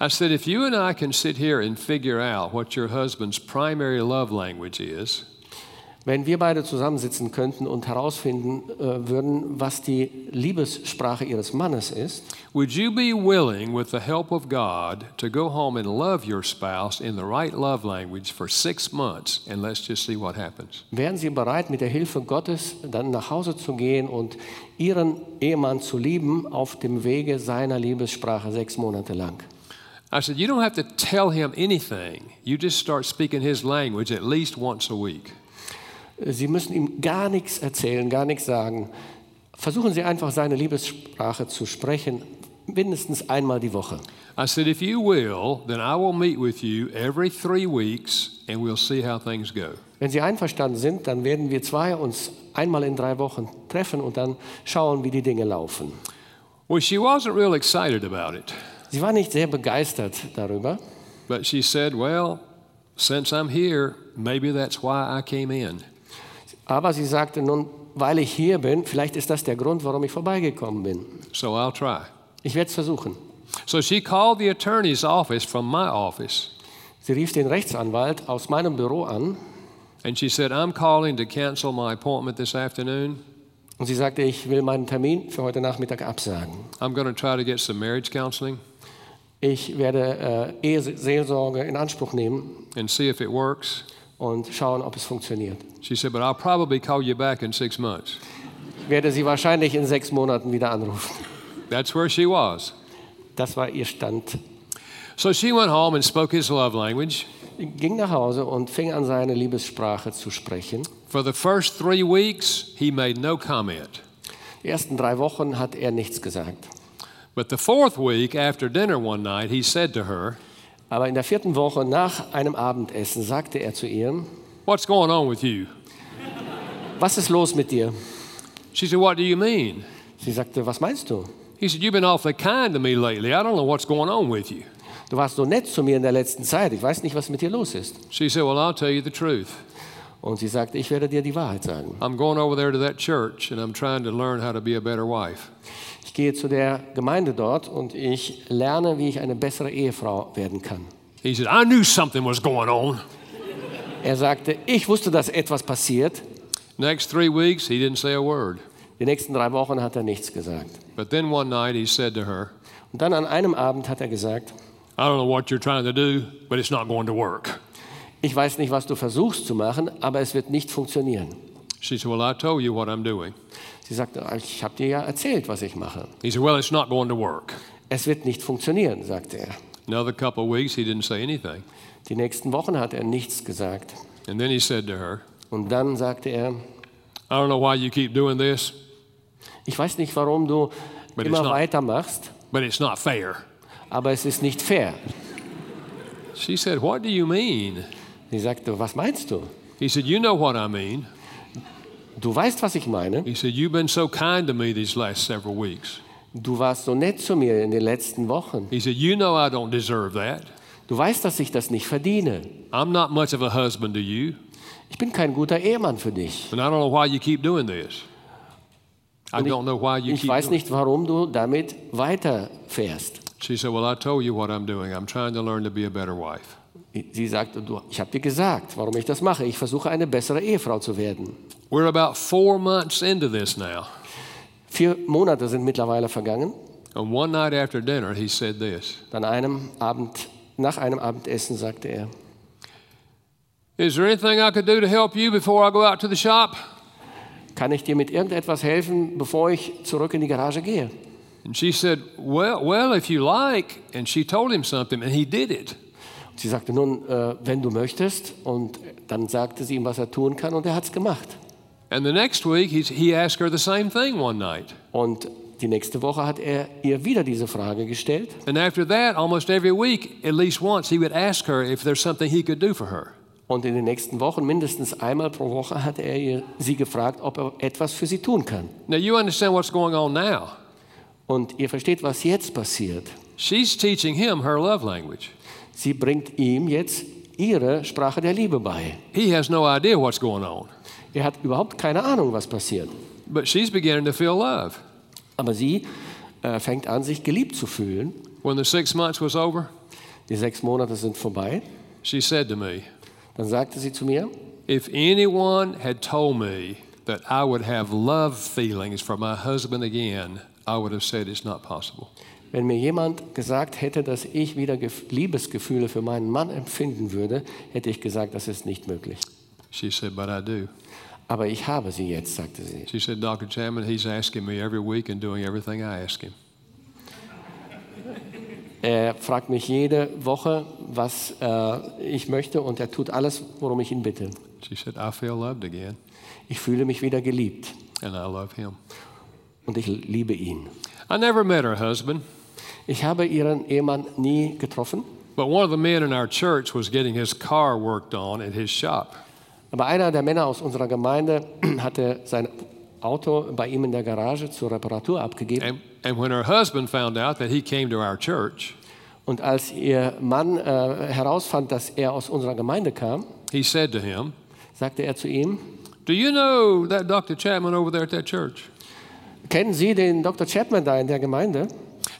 Speaker 1: I said, If you and I can sit here and figure out what your husband's primary love language is,
Speaker 2: Wenn wir beide zusammensitzen könnten und herausfinden äh, würden, was die Liebessprache Ihres Mannes ist,
Speaker 1: would you be willing, with the help of God, to go home and love your spouse in the right love language for six months and let's just see what happens?
Speaker 2: Wären Sie bereit, mit der Hilfe Gottes dann nach Hause zu gehen und Ihren Ehemann zu lieben auf dem Wege seiner Liebessprache sechs Monate lang?
Speaker 1: I said, You don't have to tell him anything. You just start speaking his language at least once a week.
Speaker 2: Sie müssen ihm gar nichts erzählen, gar nichts sagen. Versuchen Sie einfach seine Liebessprache zu sprechen, mindestens einmal die Woche.
Speaker 1: I said, If you will, then I will meet with you every three weeks and we'll see how things go.
Speaker 2: Wenn Sie einverstanden sind, dann werden wir zwei uns einmal in drei Wochen treffen und dann schauen, wie die Dinge laufen.
Speaker 1: Well, she wasn't real excited about it,
Speaker 2: Sie war nicht sehr begeistert darüber,
Speaker 1: but she said, Well, since I'm here, maybe that's why I came in.
Speaker 2: aber sie sagte nun, weil ich hier bin, vielleicht ist das der Grund, warum ich vorbeigekommen bin.
Speaker 1: So I'll try.
Speaker 2: Ich werde es versuchen.
Speaker 1: So she called the attorney's office from my office
Speaker 2: Sie rief den Rechtsanwalt aus meinem Büro an
Speaker 1: and she said, I'm calling to cancel my appointment this afternoon.
Speaker 2: und sie sagte, ich will meinen Termin für heute Nachmittag absagen.
Speaker 1: I'm going to try to get some marriage counseling
Speaker 2: Ich werde äh, Eheseelsorge in Anspruch nehmen
Speaker 1: and see if it works.
Speaker 2: und schauen, ob es funktioniert.
Speaker 1: She said, But I'll probably call you back in six months.
Speaker 2: Ich werde sie wahrscheinlich in sechs Monaten wieder anrufen.
Speaker 1: That's where she was.
Speaker 2: Das war ihr Stand.
Speaker 1: So she went home and spoke his love language.
Speaker 2: Ich ging nach Hause und fing an, seine Liebessprache zu sprechen.
Speaker 1: For the first three weeks, he made no comment.
Speaker 2: Die ersten drei Wochen hat er nichts gesagt.
Speaker 1: But the fourth week, after dinner one night, he said to her,
Speaker 2: Aber in der vierten Woche nach einem Abendessen sagte er zu ihr,
Speaker 1: What's going on with you?
Speaker 2: was ist los mit dir?
Speaker 1: She said, What do you mean?
Speaker 2: Sie sagte, was meinst du?
Speaker 1: He said, You've been awfully kind to me lately. I don't know what's going on with you.
Speaker 2: Du warst so nett zu mir in der letzten Zeit. Ich weiß nicht, was mit dir los ist.
Speaker 1: She said, Well, I'll tell you the truth.
Speaker 2: Und sie sagte, ich werde dir die Wahrheit sagen.
Speaker 1: I'm going over there to that church and I'm trying to learn how to be a better wife.
Speaker 2: Ich gehe zu der Gemeinde dort und ich lerne, wie ich eine bessere Ehefrau werden kann.
Speaker 1: He said, I knew something was going on.
Speaker 2: Er sagte, ich wusste, dass etwas passiert.
Speaker 1: Next three weeks, he didn't say a word.
Speaker 2: Die nächsten drei Wochen hat er nichts gesagt.
Speaker 1: But then one night, he said to her,
Speaker 2: Und dann an einem Abend hat er gesagt,
Speaker 1: I don't know what you're trying to do, but it's not going to work.
Speaker 2: ich weiß nicht, was du versuchst zu machen, aber es wird nicht funktionieren.
Speaker 1: She said, Well, I told you what I'm doing.
Speaker 2: Sie sagte, ich habe dir ja erzählt, was ich mache.
Speaker 1: He said, Well, it's not going to work.
Speaker 2: Es wird nicht funktionieren, sagte er.
Speaker 1: Another couple of weeks, he didn't say anything.
Speaker 2: Die nächsten Wochen hat er nichts gesagt.
Speaker 1: And then he said to her,
Speaker 2: Und dann sagte er,
Speaker 1: I don't know why you keep doing this,
Speaker 2: Ich weiß nicht, warum du
Speaker 1: Weil
Speaker 2: immer
Speaker 1: ich's noch-
Speaker 2: weitermachst,
Speaker 1: but it's not fair.
Speaker 2: aber es ist nicht fair.
Speaker 1: She said, What do you mean?
Speaker 2: Sie sagte, was meinst du?
Speaker 1: He said, You know what I mean.
Speaker 2: Du weißt, was ich meine.
Speaker 1: He said, You've been so kind to me these last several weeks.
Speaker 2: Du warst so nett zu mir in den letzten Wochen.
Speaker 1: He said, You know I don't deserve that.
Speaker 2: Du weißt, dass ich das nicht verdiene.
Speaker 1: I'm not much of a husband to you,
Speaker 2: Ich bin kein guter Ehemann für dich.
Speaker 1: and I don't know why you keep doing this. I don't know why you
Speaker 2: Ich
Speaker 1: keep
Speaker 2: weiß
Speaker 1: doing
Speaker 2: nicht, warum du damit weiterfährst.
Speaker 1: She said, Well, I told you what I'm doing. I'm trying to learn to be a better wife.
Speaker 2: Sie sagt, du, ich habe dir gesagt, warum ich das mache. Ich versuche eine bessere Ehefrau zu werden.
Speaker 1: We're about four months into this now.
Speaker 2: Vier Monate sind mittlerweile vergangen.
Speaker 1: And one night after dinner, he said this
Speaker 2: An einem Abend, nach einem Abendessen sagte er,
Speaker 1: Is there anything I could do to help you before I go out to the shop?
Speaker 2: kann ich dir mit irgendetwas helfen, bevor ich zurück in die Garage gehe?
Speaker 1: And she said, Well, well, if you like. And she told him something, and he did it.
Speaker 2: Sie sagte nun, äh, wenn du möchtest. Und dann sagte sie ihm, was er tun kann, und er hat es gemacht.
Speaker 1: And the next week, he's, he asked her the same thing one night.
Speaker 2: Und die nächste Woche hat er ihr wieder diese Frage gestellt.
Speaker 1: And after that, almost every week, at least once, he would ask her if there's something he could do for her.
Speaker 2: Und in den nächsten Wochen, mindestens einmal pro Woche, hat er ihr, sie gefragt, ob er etwas für sie tun kann.
Speaker 1: Now, you understand what's going on now.
Speaker 2: Und ihr versteht, was jetzt passiert.
Speaker 1: She's teaching him her love language.
Speaker 2: Sie bringt ihm jetzt ihre Sprache der Liebe bei.
Speaker 1: He has no idea what's going on,
Speaker 2: Er hat überhaupt keine Ahnung, was passiert.
Speaker 1: but she's beginning to feel love.
Speaker 2: Aber sie äh, fängt an, sich geliebt zu fühlen.
Speaker 1: When the six months was over,
Speaker 2: Die sechs Monate sind vorbei.
Speaker 1: she said to me,
Speaker 2: Dann sagte sie zu mir,
Speaker 1: If anyone had told me that I would have love feelings for my husband again, I would have said it's not possible.
Speaker 2: wenn mir jemand gesagt hätte, dass ich wieder Gef- Liebesgefühle für meinen Mann empfinden würde, hätte ich gesagt, das ist nicht möglich.
Speaker 1: She said, But I do.
Speaker 2: Aber ich habe sie jetzt, sagte sie.
Speaker 1: She said, Dr. Chapman, he's asking me every week and doing everything I ask him.
Speaker 2: Er fragt mich jede Woche, was äh, ich möchte und er tut alles, worum ich ihn bitte.
Speaker 1: She said, I feel loved again,
Speaker 2: Ich fühle mich wieder geliebt
Speaker 1: and I love him.
Speaker 2: und ich liebe ihn.
Speaker 1: I never met her husband,
Speaker 2: Ich habe ihren Ehemann nie getroffen,
Speaker 1: but one of the men in our church was getting his car worked on at his shop.
Speaker 2: aber einer der Männer aus unserer Gemeinde hatte sein Auto bei ihm in der Garage zur Reparatur abgegeben.
Speaker 1: And, and when her husband found out that he came to our church,
Speaker 2: Und als ihr Mann äh, herausfand, dass er aus unserer Gemeinde kam,
Speaker 1: he said to him,
Speaker 2: sagte er zu ihm,
Speaker 1: Do you know that Dr. Chapman over there at that church?
Speaker 2: kennen Sie den Dr. Chapman da in der Gemeinde?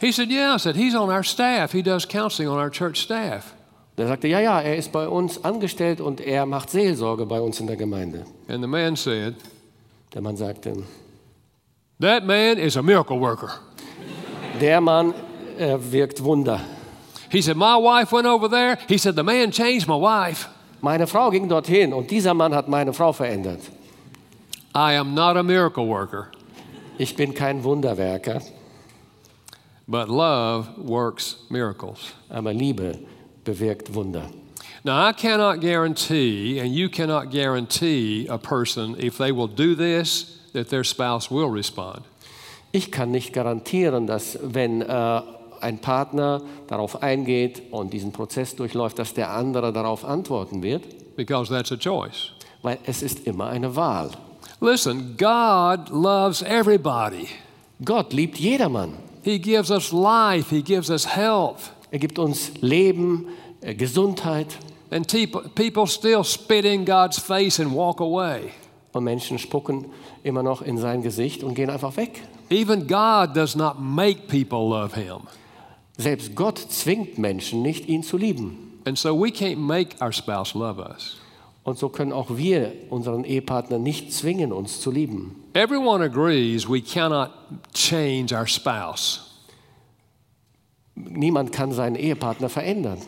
Speaker 1: He said, Yeah. I said, He's on our staff. He does counseling on our church staff.
Speaker 2: Der sagte, ja, ja, er ist bei uns angestellt und er macht Seelsorge bei uns in der Gemeinde.
Speaker 1: And the man said,
Speaker 2: Der Mann sagte,
Speaker 1: That man is a miracle worker.
Speaker 2: der Mann äh, wirkt Wunder.
Speaker 1: He said, My wife went over there. He said, The man changed my wife.
Speaker 2: Meine Frau ging dorthin und dieser Mann hat meine Frau verändert.
Speaker 1: I am not a miracle worker,
Speaker 2: Ich bin kein Wunderwerker,
Speaker 1: but love works miracles.
Speaker 2: aber Liebe bewirkt Wunder.
Speaker 1: Now, I cannot guarantee, and you cannot guarantee a person if they will do this, that their spouse will respond.
Speaker 2: Ich kann nicht garantieren, dass wenn äh, ein Partner darauf eingeht und diesen Prozess durchläuft, dass der andere darauf antworten wird,
Speaker 1: because that's a choice.
Speaker 2: weil es ist immer eine Wahl.
Speaker 1: Listen, God loves everybody.
Speaker 2: Gott liebt jedermann.
Speaker 1: He gives us life, He gives us health.
Speaker 2: Er gibt uns Leben, äh, Gesundheit
Speaker 1: And te- people still spit in God's face and walk away.
Speaker 2: und Menschen spucken immer noch in sein Gesicht und gehen einfach weg.
Speaker 1: Even God does not make people love Him.
Speaker 2: Selbst Gott zwingt Menschen nicht, ihn zu lieben.
Speaker 1: And so we can't make our spouse love us.
Speaker 2: Und so können auch wir unseren Ehepartner nicht zwingen, uns zu lieben.
Speaker 1: Everyone agrees we cannot change our spouse,
Speaker 2: Niemand kann seinen Ehepartner verändern,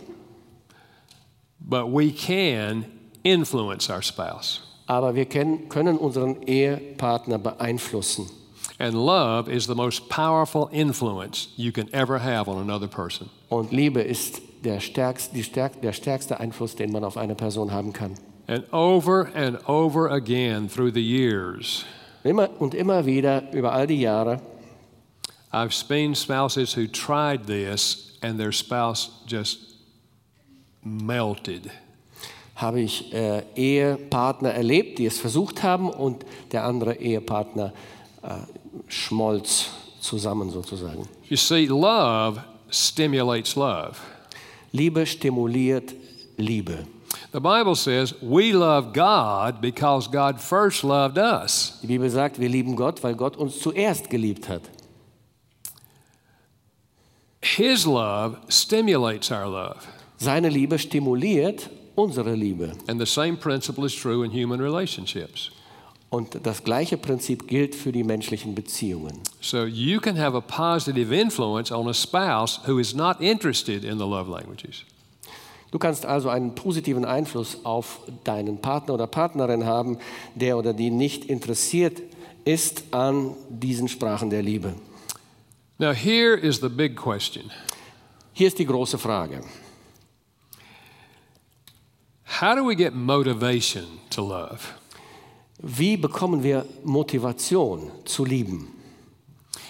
Speaker 1: but we can influence our spouse.
Speaker 2: aber wir ken- können unseren Ehepartner beeinflussen.
Speaker 1: And love is the most powerful influence you can ever have on another person.
Speaker 2: Und Liebe ist der stärkste, die stärk, der stärkste Einfluss, den man auf eine Person haben kann.
Speaker 1: And over and over again through the years,
Speaker 2: Immer und immer wieder über all die Jahre
Speaker 1: I've seen spouses who tried this and their spouse just melted.
Speaker 2: habe ich äh, Ehepartner erlebt, die es versucht haben und der andere Ehepartner äh, schmolz zusammen sozusagen.
Speaker 1: You see, love stimulates love.
Speaker 2: Liebe stimuliert Liebe.
Speaker 1: The Bible says we love God because God first loved us.
Speaker 2: Die Bibel sagt, wir lieben Gott, weil Gott uns zuerst geliebt hat.
Speaker 1: His love stimulates our love.
Speaker 2: Seine Liebe stimuliert unsere Liebe.
Speaker 1: And the same principle is true in human relationships.
Speaker 2: Und das gleiche Prinzip gilt für die menschlichen Beziehungen.
Speaker 1: So you can have a positive influence on a spouse who is not interested in the love languages.
Speaker 2: Du kannst also einen positiven Einfluss auf deinen Partner oder Partnerin haben, der oder die nicht interessiert ist an diesen Sprachen der Liebe.
Speaker 1: Now, here is the big question
Speaker 2: Hier ist die große Frage.
Speaker 1: How do we get motivation to love?
Speaker 2: Wie bekommen wir Motivation zu lieben?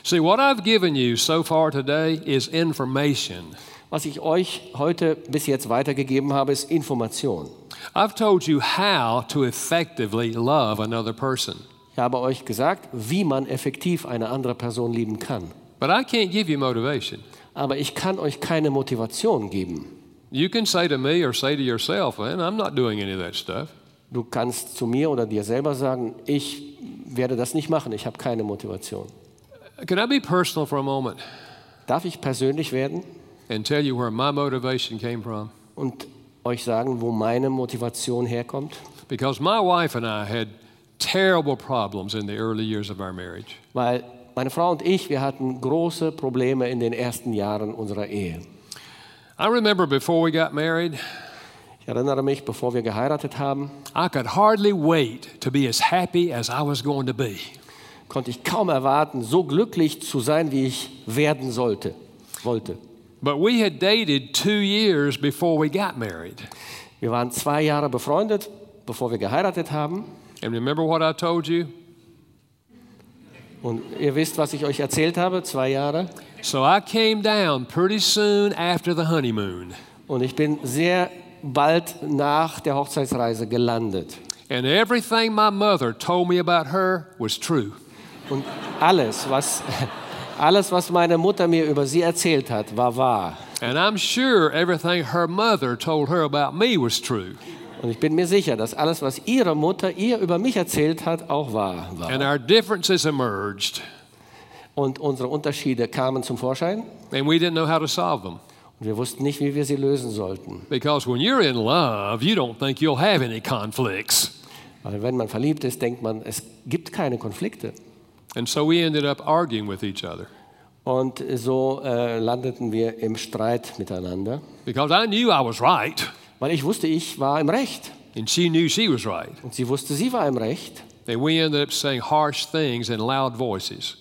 Speaker 1: See, what I've given you so far today is information.
Speaker 2: Was ich euch heute bis jetzt weitergegeben habe, ist Information.
Speaker 1: I've told you how to effectively love another person,
Speaker 2: Ich habe euch gesagt, wie man effektiv eine andere Person lieben kann.
Speaker 1: but I can't give you motivation.
Speaker 2: Aber ich kann euch keine Motivation geben.
Speaker 1: You can say to me or say to yourself, man, I'm not doing any of that stuff.
Speaker 2: Du kannst zu mir oder dir selber sagen, ich werde das nicht machen, ich habe keine Motivation.
Speaker 1: Can I be personal for a moment
Speaker 2: Darf ich persönlich werden
Speaker 1: and tell you where my motivation came from?
Speaker 2: und euch sagen, wo meine Motivation herkommt?
Speaker 1: Because my wife and I had terrible problems in the early years of our marriage.
Speaker 2: Weil meine Frau und ich, wir hatten große Probleme in den ersten Jahren unserer Ehe.
Speaker 1: I remember before we got married,
Speaker 2: Ich erinnere mich, bevor wir geheiratet haben,
Speaker 1: I could hardly wait to be as happy as I was going to be.
Speaker 2: konnte ich kaum erwarten, so glücklich zu sein, wie ich werden sollte, wollte.
Speaker 1: But we had dated two years before we got married.
Speaker 2: Wir waren zwei Jahre befreundet, bevor wir geheiratet haben.
Speaker 1: And remember what I told you?
Speaker 2: Und ihr wisst, was ich euch erzählt habe, zwei Jahre.
Speaker 1: So I came down pretty soon after the honeymoon.
Speaker 2: Und ich bin sehr bald nach der Hochzeitsreise gelandet.
Speaker 1: And everything my mother told me about her was true.
Speaker 2: Und alles, was, alles, was meine Mutter mir über sie erzählt hat, war wahr.
Speaker 1: And I'm sure everything her mother told her about me was true.
Speaker 2: Und ich bin mir sicher, dass alles, was ihre Mutter ihr über mich erzählt hat, auch wahr war.
Speaker 1: And our differences emerged,
Speaker 2: Und unsere Unterschiede kamen zum Vorschein.
Speaker 1: and we didn't know how to solve them.
Speaker 2: Und wir wussten nicht, wie wir sie lösen sollten.
Speaker 1: Because when you're in love, you don't think you'll have any conflicts.
Speaker 2: Weil wenn man verliebt ist, denkt man, es gibt keine Konflikte.
Speaker 1: And so we ended up arguing with each other.
Speaker 2: Und so äh, landeten wir im Streit miteinander.
Speaker 1: Because I knew I was right,
Speaker 2: Weil ich wusste, ich war im Recht.
Speaker 1: and she knew she was right.
Speaker 2: Und sie wusste, sie war im Recht.
Speaker 1: And we ended up saying harsh things in loud voices.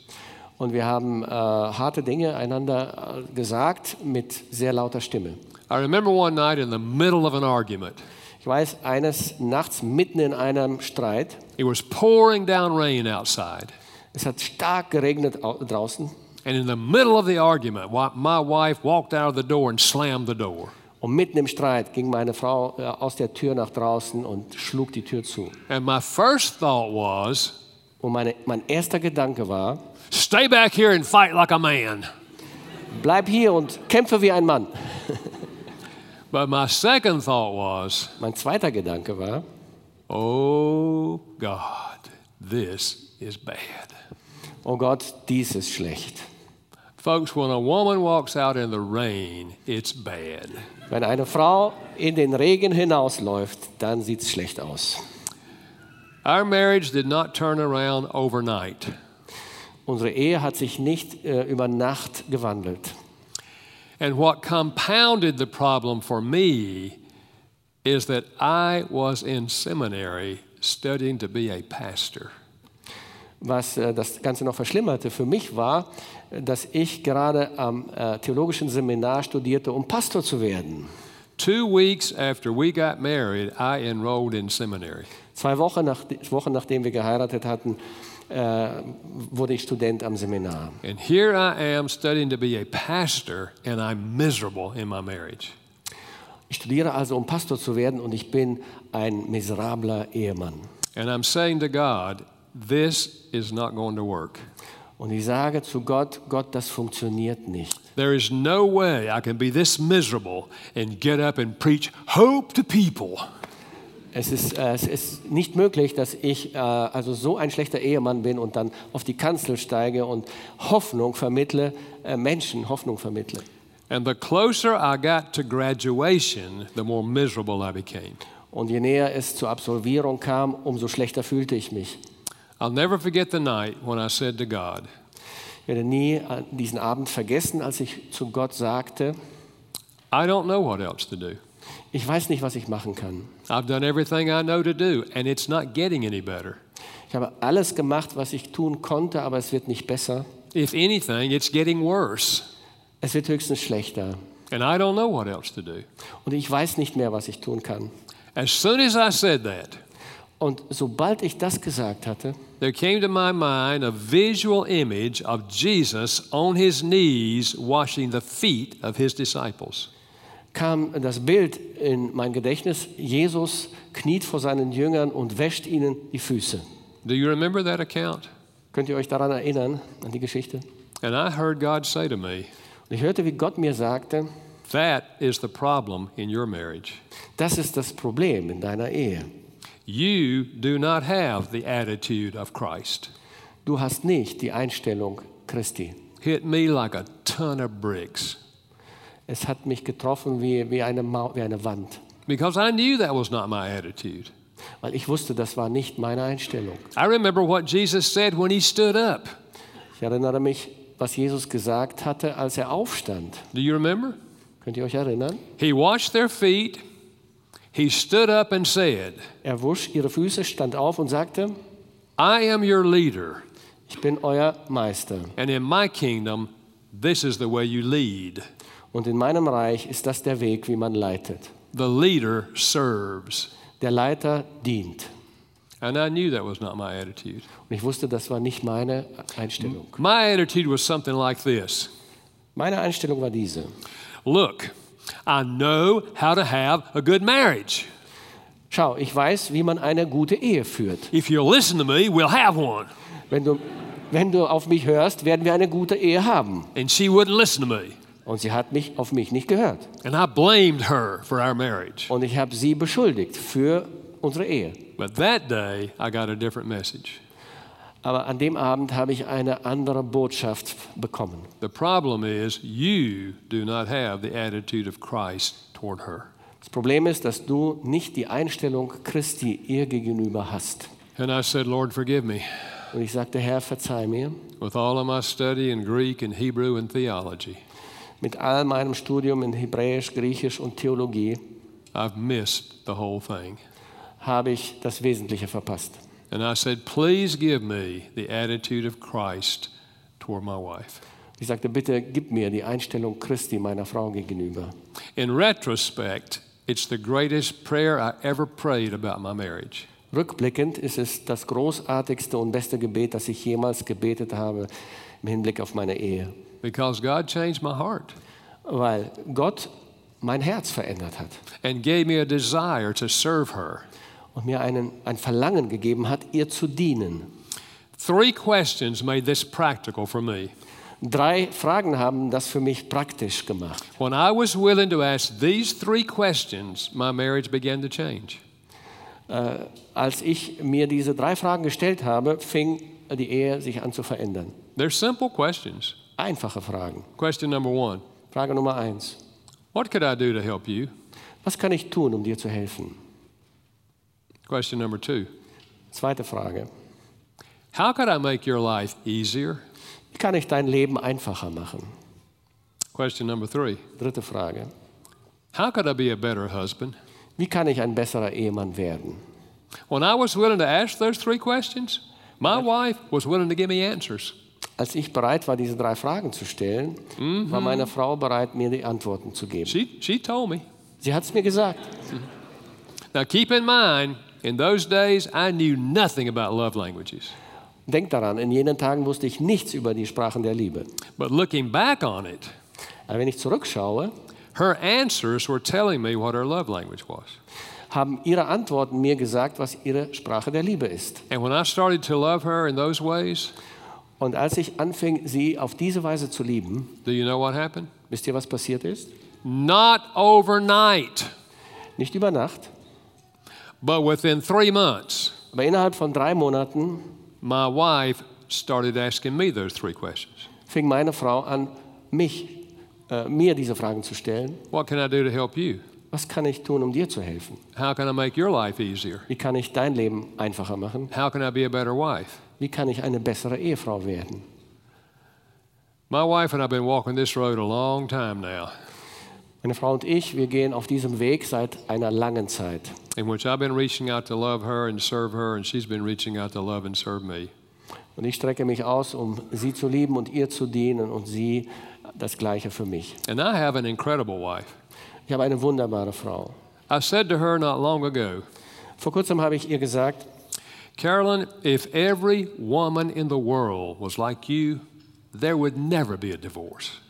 Speaker 2: Und wir haben äh, harte Dinge einander äh, gesagt mit sehr lauter Stimme.
Speaker 1: I remember one night in the middle of an argument,
Speaker 2: Ich weiß, eines nachts mitten in einem Streit,
Speaker 1: it was pouring down rain outside.
Speaker 2: es hat stark geregnet au- draußen.
Speaker 1: And in the middle of the argument, wa- my wife walked out of the door and slammed the door.
Speaker 2: Und mitten im Streit ging meine Frau äh, aus der Tür nach draußen und schlug die Tür zu.
Speaker 1: And my first thought was,
Speaker 2: Und meine, mein erster Gedanke war,
Speaker 1: stay back here and fight like a man.
Speaker 2: bleib hier und kämpfe wie ein Mann.
Speaker 1: But my second thought was,
Speaker 2: Mein zweiter Gedanke war,
Speaker 1: oh God, this is bad.
Speaker 2: oh Gott, dies ist schlecht.
Speaker 1: Folks, when a woman walks out in the rain, it's bad.
Speaker 2: Wenn eine Frau in den Regen hinausläuft, dann sieht es schlecht aus.
Speaker 1: Our marriage did not turn around overnight.
Speaker 2: Unsere Ehe hat sich nicht äh, über Nacht gewandelt.
Speaker 1: And what compounded the problem for me is that I was in seminary studying to be a pastor.
Speaker 2: Was äh, das Ganze noch verschlimmerte für mich war, äh, dass ich gerade am äh, theologischen Seminar studierte, um Pastor zu werden.
Speaker 1: Two weeks after we got married, I enrolled in seminary.
Speaker 2: Zwei Wochen, nach, Wochen nachdem wir geheiratet hatten, äh, wurde ich Student am Seminar.
Speaker 1: And here I am studying to be a pastor, and I'm miserable in my marriage.
Speaker 2: Ich studiere also, um Pastor zu werden, und ich bin ein miserabler Ehemann.
Speaker 1: And I'm saying to God, this is not going to work.
Speaker 2: Und ich sage zu Gott, Gott, das funktioniert nicht.
Speaker 1: There is no way I can be this miserable and get up and preach hope to people.
Speaker 2: Es ist, äh, es ist nicht möglich, dass ich äh, also so ein schlechter Ehemann bin und dann auf die Kanzel steige und Hoffnung vermittle, äh, Menschen Hoffnung vermittle.
Speaker 1: And the closer I got to graduation, the more miserable I became.
Speaker 2: Und je näher es zur Absolvierung kam, umso schlechter fühlte ich mich.
Speaker 1: I'll never forget the night when I said to God,
Speaker 2: Ich werde nie an diesen Abend vergessen, als ich zu Gott sagte,
Speaker 1: I don't know what else to do.
Speaker 2: ich weiß nicht, was ich machen kann.
Speaker 1: I've done everything I know to do, and it's not getting any better.
Speaker 2: Ich habe alles gemacht, was ich tun konnte, aber es wird nicht besser.
Speaker 1: If anything, it's getting worse,
Speaker 2: Es wird höchstens schlechter.
Speaker 1: and I don't know what else to do.
Speaker 2: Und ich weiß nicht mehr, was ich tun kann.
Speaker 1: As soon as I said that,
Speaker 2: Und sobald ich das gesagt hatte,
Speaker 1: there came to my mind a visual image of Jesus on his knees washing the feet of his disciples.
Speaker 2: kam das Bild in mein Gedächtnis, Jesus kniet vor seinen Jüngern und wäscht ihnen die Füße.
Speaker 1: Do you remember that account?
Speaker 2: Könnt ihr euch daran erinnern, an die Geschichte?
Speaker 1: And I heard God say to me,
Speaker 2: Und ich hörte, wie Gott mir sagte,
Speaker 1: That is the problem in your marriage.
Speaker 2: das ist das Problem in deiner Ehe.
Speaker 1: You do not have the attitude of Christ.
Speaker 2: Du hast nicht die Einstellung Christi.
Speaker 1: Hit me like a ton of bricks
Speaker 2: Es hat mich getroffen wie, wie, eine, Mau wie eine Wand,
Speaker 1: because I knew that was not my attitude.
Speaker 2: weil ich wusste, das war nicht meine Einstellung.
Speaker 1: I remember what Jesus said when he stood up.
Speaker 2: Ich erinnere mich, was Jesus gesagt hatte, als er aufstand.
Speaker 1: Do you remember?
Speaker 2: Könnt ihr euch erinnern?
Speaker 1: He washed their feet. He stood up and said,
Speaker 2: Er wusch ihre Füße, stand auf und sagte,
Speaker 1: I am your leader,
Speaker 2: ich bin euer Meister.
Speaker 1: and in my kingdom, this is the way you lead.
Speaker 2: Und in meinem Reich ist das der Weg, wie man leitet.
Speaker 1: The leader serves.
Speaker 2: Der Leiter dient.
Speaker 1: And I knew that was not my attitude.
Speaker 2: Und ich wusste, das war nicht meine Einstellung.
Speaker 1: My attitude was something like this
Speaker 2: Meine Einstellung war diese.
Speaker 1: Look, I know how to have a good marriage.
Speaker 2: Schau, ich weiß, wie man eine gute Ehe führt.
Speaker 1: If you'll listen to me, we'll have one.
Speaker 2: Wenn du, wenn du auf mich hörst, werden wir eine gute Ehe haben.
Speaker 1: And she wouldn't listen to me.
Speaker 2: Und sie hat mich auf mich nicht gehört.
Speaker 1: And I blamed her for our marriage.
Speaker 2: Und ich habe sie beschuldigt für unsere Ehe.
Speaker 1: But that day, I got a different message.
Speaker 2: Aber an dem Abend habe ich eine andere Botschaft bekommen.
Speaker 1: The problem is, you do not have the attitude of Christ toward her.
Speaker 2: Das Problem ist, dass du nicht die Einstellung Christi ihr gegenüber hast.
Speaker 1: And I said, Lord, forgive me.
Speaker 2: Und ich sagte, Herr, verzeih mir.
Speaker 1: With all of my study in Greek and Hebrew and theology,
Speaker 2: Mit all meinem Studium in Hebräisch, Griechisch und Theologie
Speaker 1: I've missed the whole thing.
Speaker 2: habe ich das Wesentliche verpasst.
Speaker 1: And I said, Please give me the attitude of Christ toward my wife.
Speaker 2: Ich sagte, bitte gib mir die Einstellung Christi meiner Frau gegenüber.
Speaker 1: In retrospect, it's the greatest prayer I ever prayed about my marriage.
Speaker 2: Rückblickend ist es das großartigste und beste Gebet, das ich jemals gebetet habe im Hinblick auf meine Ehe.
Speaker 1: Because God changed my heart
Speaker 2: Weil Gott mein Herz verändert hat
Speaker 1: and gave me a desire to serve her.
Speaker 2: und mir einen, ein Verlangen gegeben hat, ihr zu dienen.
Speaker 1: Three questions made this practical for me.
Speaker 2: Drei Fragen haben das für mich praktisch gemacht.
Speaker 1: When I was willing to ask these three questions, my marriage began to change.
Speaker 2: Äh, Als ich mir diese drei Fragen gestellt habe, fing die Ehe sich an zu verändern.
Speaker 1: They're simple questions.
Speaker 2: Einfache Fragen.
Speaker 1: Question number one
Speaker 2: Frage Nummer eins.
Speaker 1: What could I do to help you?
Speaker 2: Was kann ich tun, um dir zu helfen?
Speaker 1: Question number two
Speaker 2: Zweite Frage.
Speaker 1: How could I make your life easier?
Speaker 2: Wie kann ich dein Leben einfacher machen?
Speaker 1: Question number three
Speaker 2: Dritte Frage.
Speaker 1: How could I be a better husband?
Speaker 2: Wie kann ich ein besserer Ehemann werden?
Speaker 1: When I was willing to ask those three questions, my wife was willing to give me answers.
Speaker 2: Als ich bereit war, diese drei Fragen zu stellen, war meine Frau bereit, mir die Antworten zu geben.
Speaker 1: She, she told me.
Speaker 2: Sie hat es mir gesagt.
Speaker 1: Now, keep in mind, in those days, I knew nothing about love languages.
Speaker 2: Denk daran, in jenen Tagen wusste ich nichts über die Sprachen der Liebe.
Speaker 1: But looking back on it,
Speaker 2: Aber wenn ich zurückschaue,
Speaker 1: her answers were telling me what her love language was.
Speaker 2: haben ihre Antworten mir gesagt, was ihre Sprache der Liebe ist.
Speaker 1: And when I started to love her in those ways,
Speaker 2: Und als ich anfing, sie auf diese Weise zu lieben,
Speaker 1: do you know what happened?
Speaker 2: wisst ihr, was passiert ist?
Speaker 1: Not overnight,
Speaker 2: Nicht über Nacht,
Speaker 1: but within three months,
Speaker 2: aber innerhalb von drei Monaten
Speaker 1: my wife started asking me those three questions.
Speaker 2: fing meine Frau an, mich äh, mir diese Fragen zu stellen.
Speaker 1: What can I do to help you?
Speaker 2: Was kann ich tun, um dir zu helfen?
Speaker 1: How can I make your life easier?
Speaker 2: Wie kann ich dein Leben einfacher machen?
Speaker 1: How can I be a better wife?
Speaker 2: Wie kann ich eine bessere Ehefrau werden?
Speaker 1: My wife and I have been walking this road a long time now,
Speaker 2: Meine Frau und ich, wir gehen auf diesem Weg seit einer langen Zeit,
Speaker 1: in which I've been reaching out to love her and serve her, and she's been reaching out to love and serve me.
Speaker 2: Und ich strecke mich aus, um sie zu lieben und ihr zu dienen und sie das Gleiche für mich.
Speaker 1: And I have an incredible wife.
Speaker 2: Ich habe eine wunderbare Frau.
Speaker 1: I said to her not long ago,
Speaker 2: Vor kurzem habe ich ihr gesagt,
Speaker 1: Carolyn, if every woman in the world was like you, there would never be a divorce.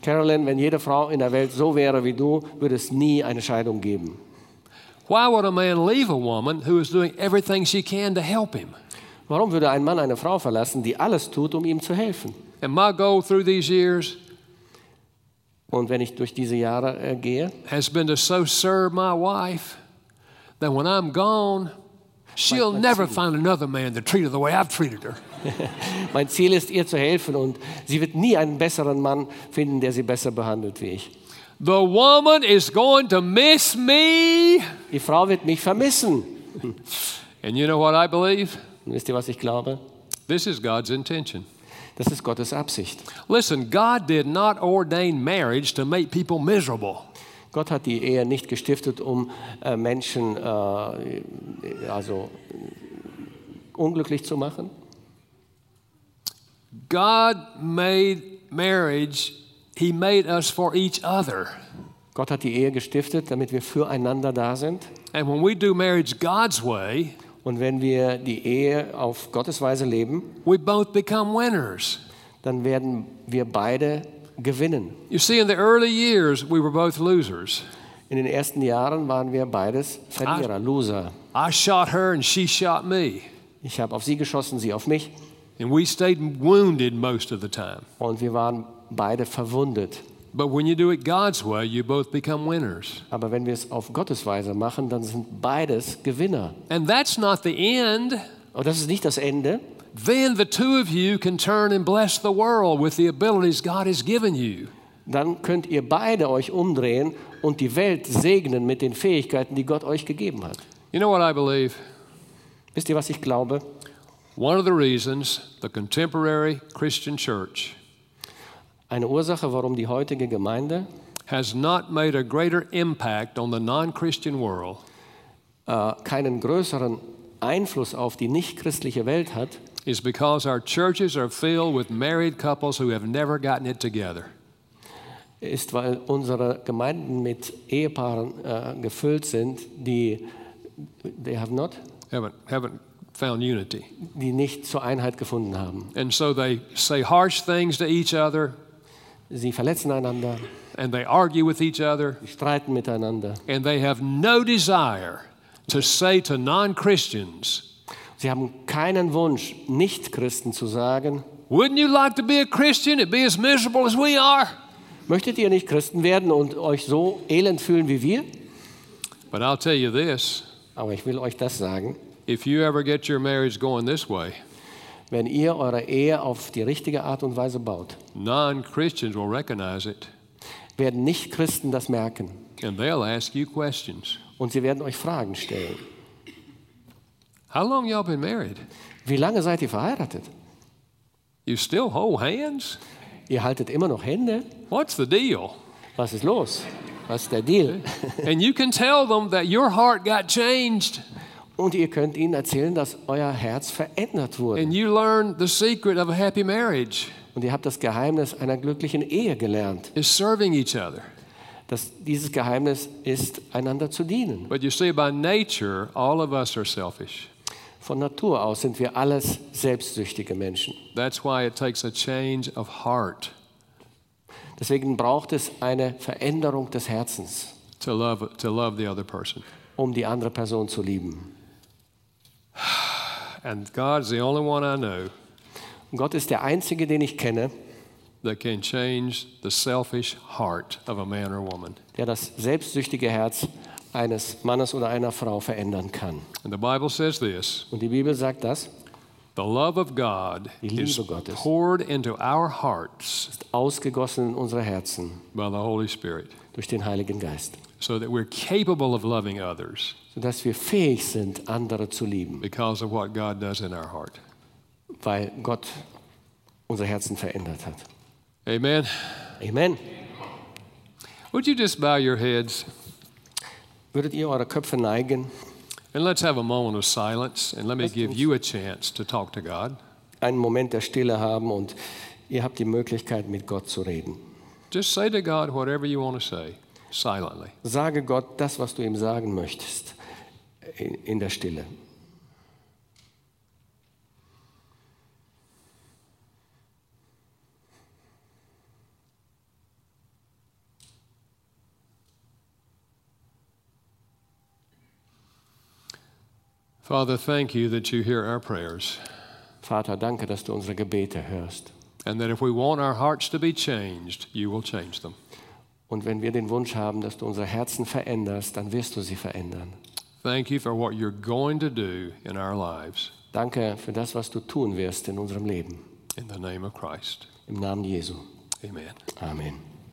Speaker 2: Carolyn, wenn jede Frau in der Welt so wäre wie du, würde es nie eine Scheidung geben.
Speaker 1: Why would a man leave a woman who is doing everything she can to help him?
Speaker 2: Warum würde ein Mann eine Frau verlassen, die alles tut, um ihm zu helfen?
Speaker 1: And my goal through these years
Speaker 2: Und wenn ich durch diese Jahre äh, gehe,
Speaker 1: has been to so serve my wife that when I'm gone, she'll never find another man to treat her the way I've treated her.
Speaker 2: mein Ziel ist, ihr zu helfen und sie wird nie einen besseren Mann finden, der sie besser behandelt wie ich.
Speaker 1: The woman is going to miss me.
Speaker 2: Die Frau wird mich vermissen.
Speaker 1: And you know what I believe?
Speaker 2: Und wisst ihr, was ich glaube?
Speaker 1: This is God's intention.
Speaker 2: Das ist Gottes Absicht.
Speaker 1: Listen, God did not ordain marriage to make people miserable.
Speaker 2: Gott hat die Ehe nicht gestiftet, um äh, Menschen äh, also äh, unglücklich zu machen.
Speaker 1: God made marriage, He made us for each other.
Speaker 2: Gott hat die Ehe gestiftet, damit wir füreinander da sind.
Speaker 1: And when we do marriage God's way,
Speaker 2: Und wenn wir die Ehe auf Gottes Weise leben,
Speaker 1: we both become winners.
Speaker 2: dann werden wir beide gewinnen.
Speaker 1: You see, in the early years, we were both losers.
Speaker 2: In den ersten Jahren waren wir beides Verlierer, Loser.
Speaker 1: I shot her and she shot me.
Speaker 2: Ich habe auf sie geschossen, sie auf mich.
Speaker 1: And we stayed wounded most of the time.
Speaker 2: Und wir waren beide verwundet.
Speaker 1: But when you do it God's way, you both become winners.
Speaker 2: Aber wenn wir es auf Gottes Weise machen, dann sind beides Gewinner.
Speaker 1: And that's not the end.
Speaker 2: Und das ist nicht das Ende.
Speaker 1: Then the two of you can turn and bless the world with the abilities God has given you.
Speaker 2: Dann könnt ihr beide euch umdrehen und die Welt segnen mit den Fähigkeiten, die Gott euch gegeben hat.
Speaker 1: You know what I believe?
Speaker 2: Wisst ihr, was ich glaube?
Speaker 1: One of the reasons the contemporary Christian church
Speaker 2: Eine Ursache, warum die heutige Gemeinde
Speaker 1: has not made a greater impact on the non Christian world
Speaker 2: äh, keinen größeren Einfluss auf die nichtchristliche Welt hat,
Speaker 1: is because our churches are filled with married couples who have never gotten it together.
Speaker 2: ist, weil unsere Gemeinden mit Ehepaaren äh, gefüllt sind, die, they have not,
Speaker 1: haven't, haven't found unity.
Speaker 2: die nicht zur Einheit gefunden haben.
Speaker 1: And so they say harsh things to each other,
Speaker 2: Sie verletzen einander,
Speaker 1: and they argue with each other,
Speaker 2: sie streiten miteinander.
Speaker 1: and they have no desire to say to non Christians,
Speaker 2: Sie haben keinen Wunsch, Nichtchristen zu sagen,
Speaker 1: Wouldn't you like to be a Christian and be as miserable as we are?
Speaker 2: möchtet ihr nicht Christen werden und euch so elend fühlen wie wir?
Speaker 1: But I'll tell you this
Speaker 2: Aber ich will euch das sagen,
Speaker 1: if you ever get your marriage going this way,
Speaker 2: wenn ihr eure Ehe auf die richtige Art und Weise baut,
Speaker 1: non Christians will recognize it
Speaker 2: werden Nichtchristen das merken.
Speaker 1: and they'll ask you questions.
Speaker 2: Und sie werden euch Fragen stellen.
Speaker 1: How long y'all been married?
Speaker 2: Wie lange seid ihr verheiratet?
Speaker 1: You still hold hands?
Speaker 2: Ihr haltet immer noch Hände?
Speaker 1: What's the deal?
Speaker 2: Was ist los? Was ist der Deal?
Speaker 1: and you can tell them that your heart got changed
Speaker 2: Und ihr könnt ihnen erzählen, dass euer Herz verändert wurde.
Speaker 1: and you learned the secret of a happy marriage
Speaker 2: Und ihr habt das Geheimnis einer glücklichen Ehe gelernt.
Speaker 1: is serving each other.
Speaker 2: Dass dieses Geheimnis ist, einander zu dienen.
Speaker 1: But you see, by nature, all of us are selfish.
Speaker 2: Von Natur aus sind wir alles selbstsüchtige Menschen.
Speaker 1: That's why it takes a change of heart
Speaker 2: Deswegen braucht es eine Veränderung des Herzens,
Speaker 1: to love, to love the other person.
Speaker 2: um die andere Person zu lieben.
Speaker 1: And God's the only one I know
Speaker 2: Und Gott ist der Einzige, den ich kenne,
Speaker 1: that can change the selfish heart of a man or woman.
Speaker 2: der das selbstsüchtige Herz eines Mannes oder einer Frau verändern kann.
Speaker 1: And the Bible says this
Speaker 2: Und die Bibel sagt das,
Speaker 1: The love of God
Speaker 2: Die Liebe
Speaker 1: is
Speaker 2: Gottes.
Speaker 1: poured into our hearts
Speaker 2: ist ausgegossen in unsere Herzen
Speaker 1: by the Holy Spirit
Speaker 2: durch den Heiligen Geist,
Speaker 1: so that we're capable of loving others
Speaker 2: sodass wir fähig sind, andere zu lieben,
Speaker 1: because of what God does in our heart.
Speaker 2: weil Gott unsere Herzen verändert hat.
Speaker 1: Amen.
Speaker 2: Amen.
Speaker 1: Would you just bow your heads
Speaker 2: Würdet ihr eure Köpfe neigen?
Speaker 1: and let's have a moment of silence and let me give you a chance to talk to God.
Speaker 2: einen Moment der Stille haben und ihr habt die Möglichkeit, mit Gott zu reden.
Speaker 1: Just say to God whatever you want to say silently.
Speaker 2: Sage Gott das, was du ihm sagen möchtest, in, in der Stille.
Speaker 1: Father, thank you that you hear our prayers
Speaker 2: Vater, danke, dass du unsere Gebete hörst.
Speaker 1: and that if we want our hearts to be changed, you will change them.
Speaker 2: Und wenn wir den Wunsch haben, dass du unsere Herzen veränderst, dann wirst du sie verändern.
Speaker 1: Thank you for what you're going to do in our lives.
Speaker 2: Danke für das, was du tun wirst in unserem Leben.
Speaker 1: In the name of Christ.
Speaker 2: Im Namen Jesu.
Speaker 1: Amen.
Speaker 2: Amen.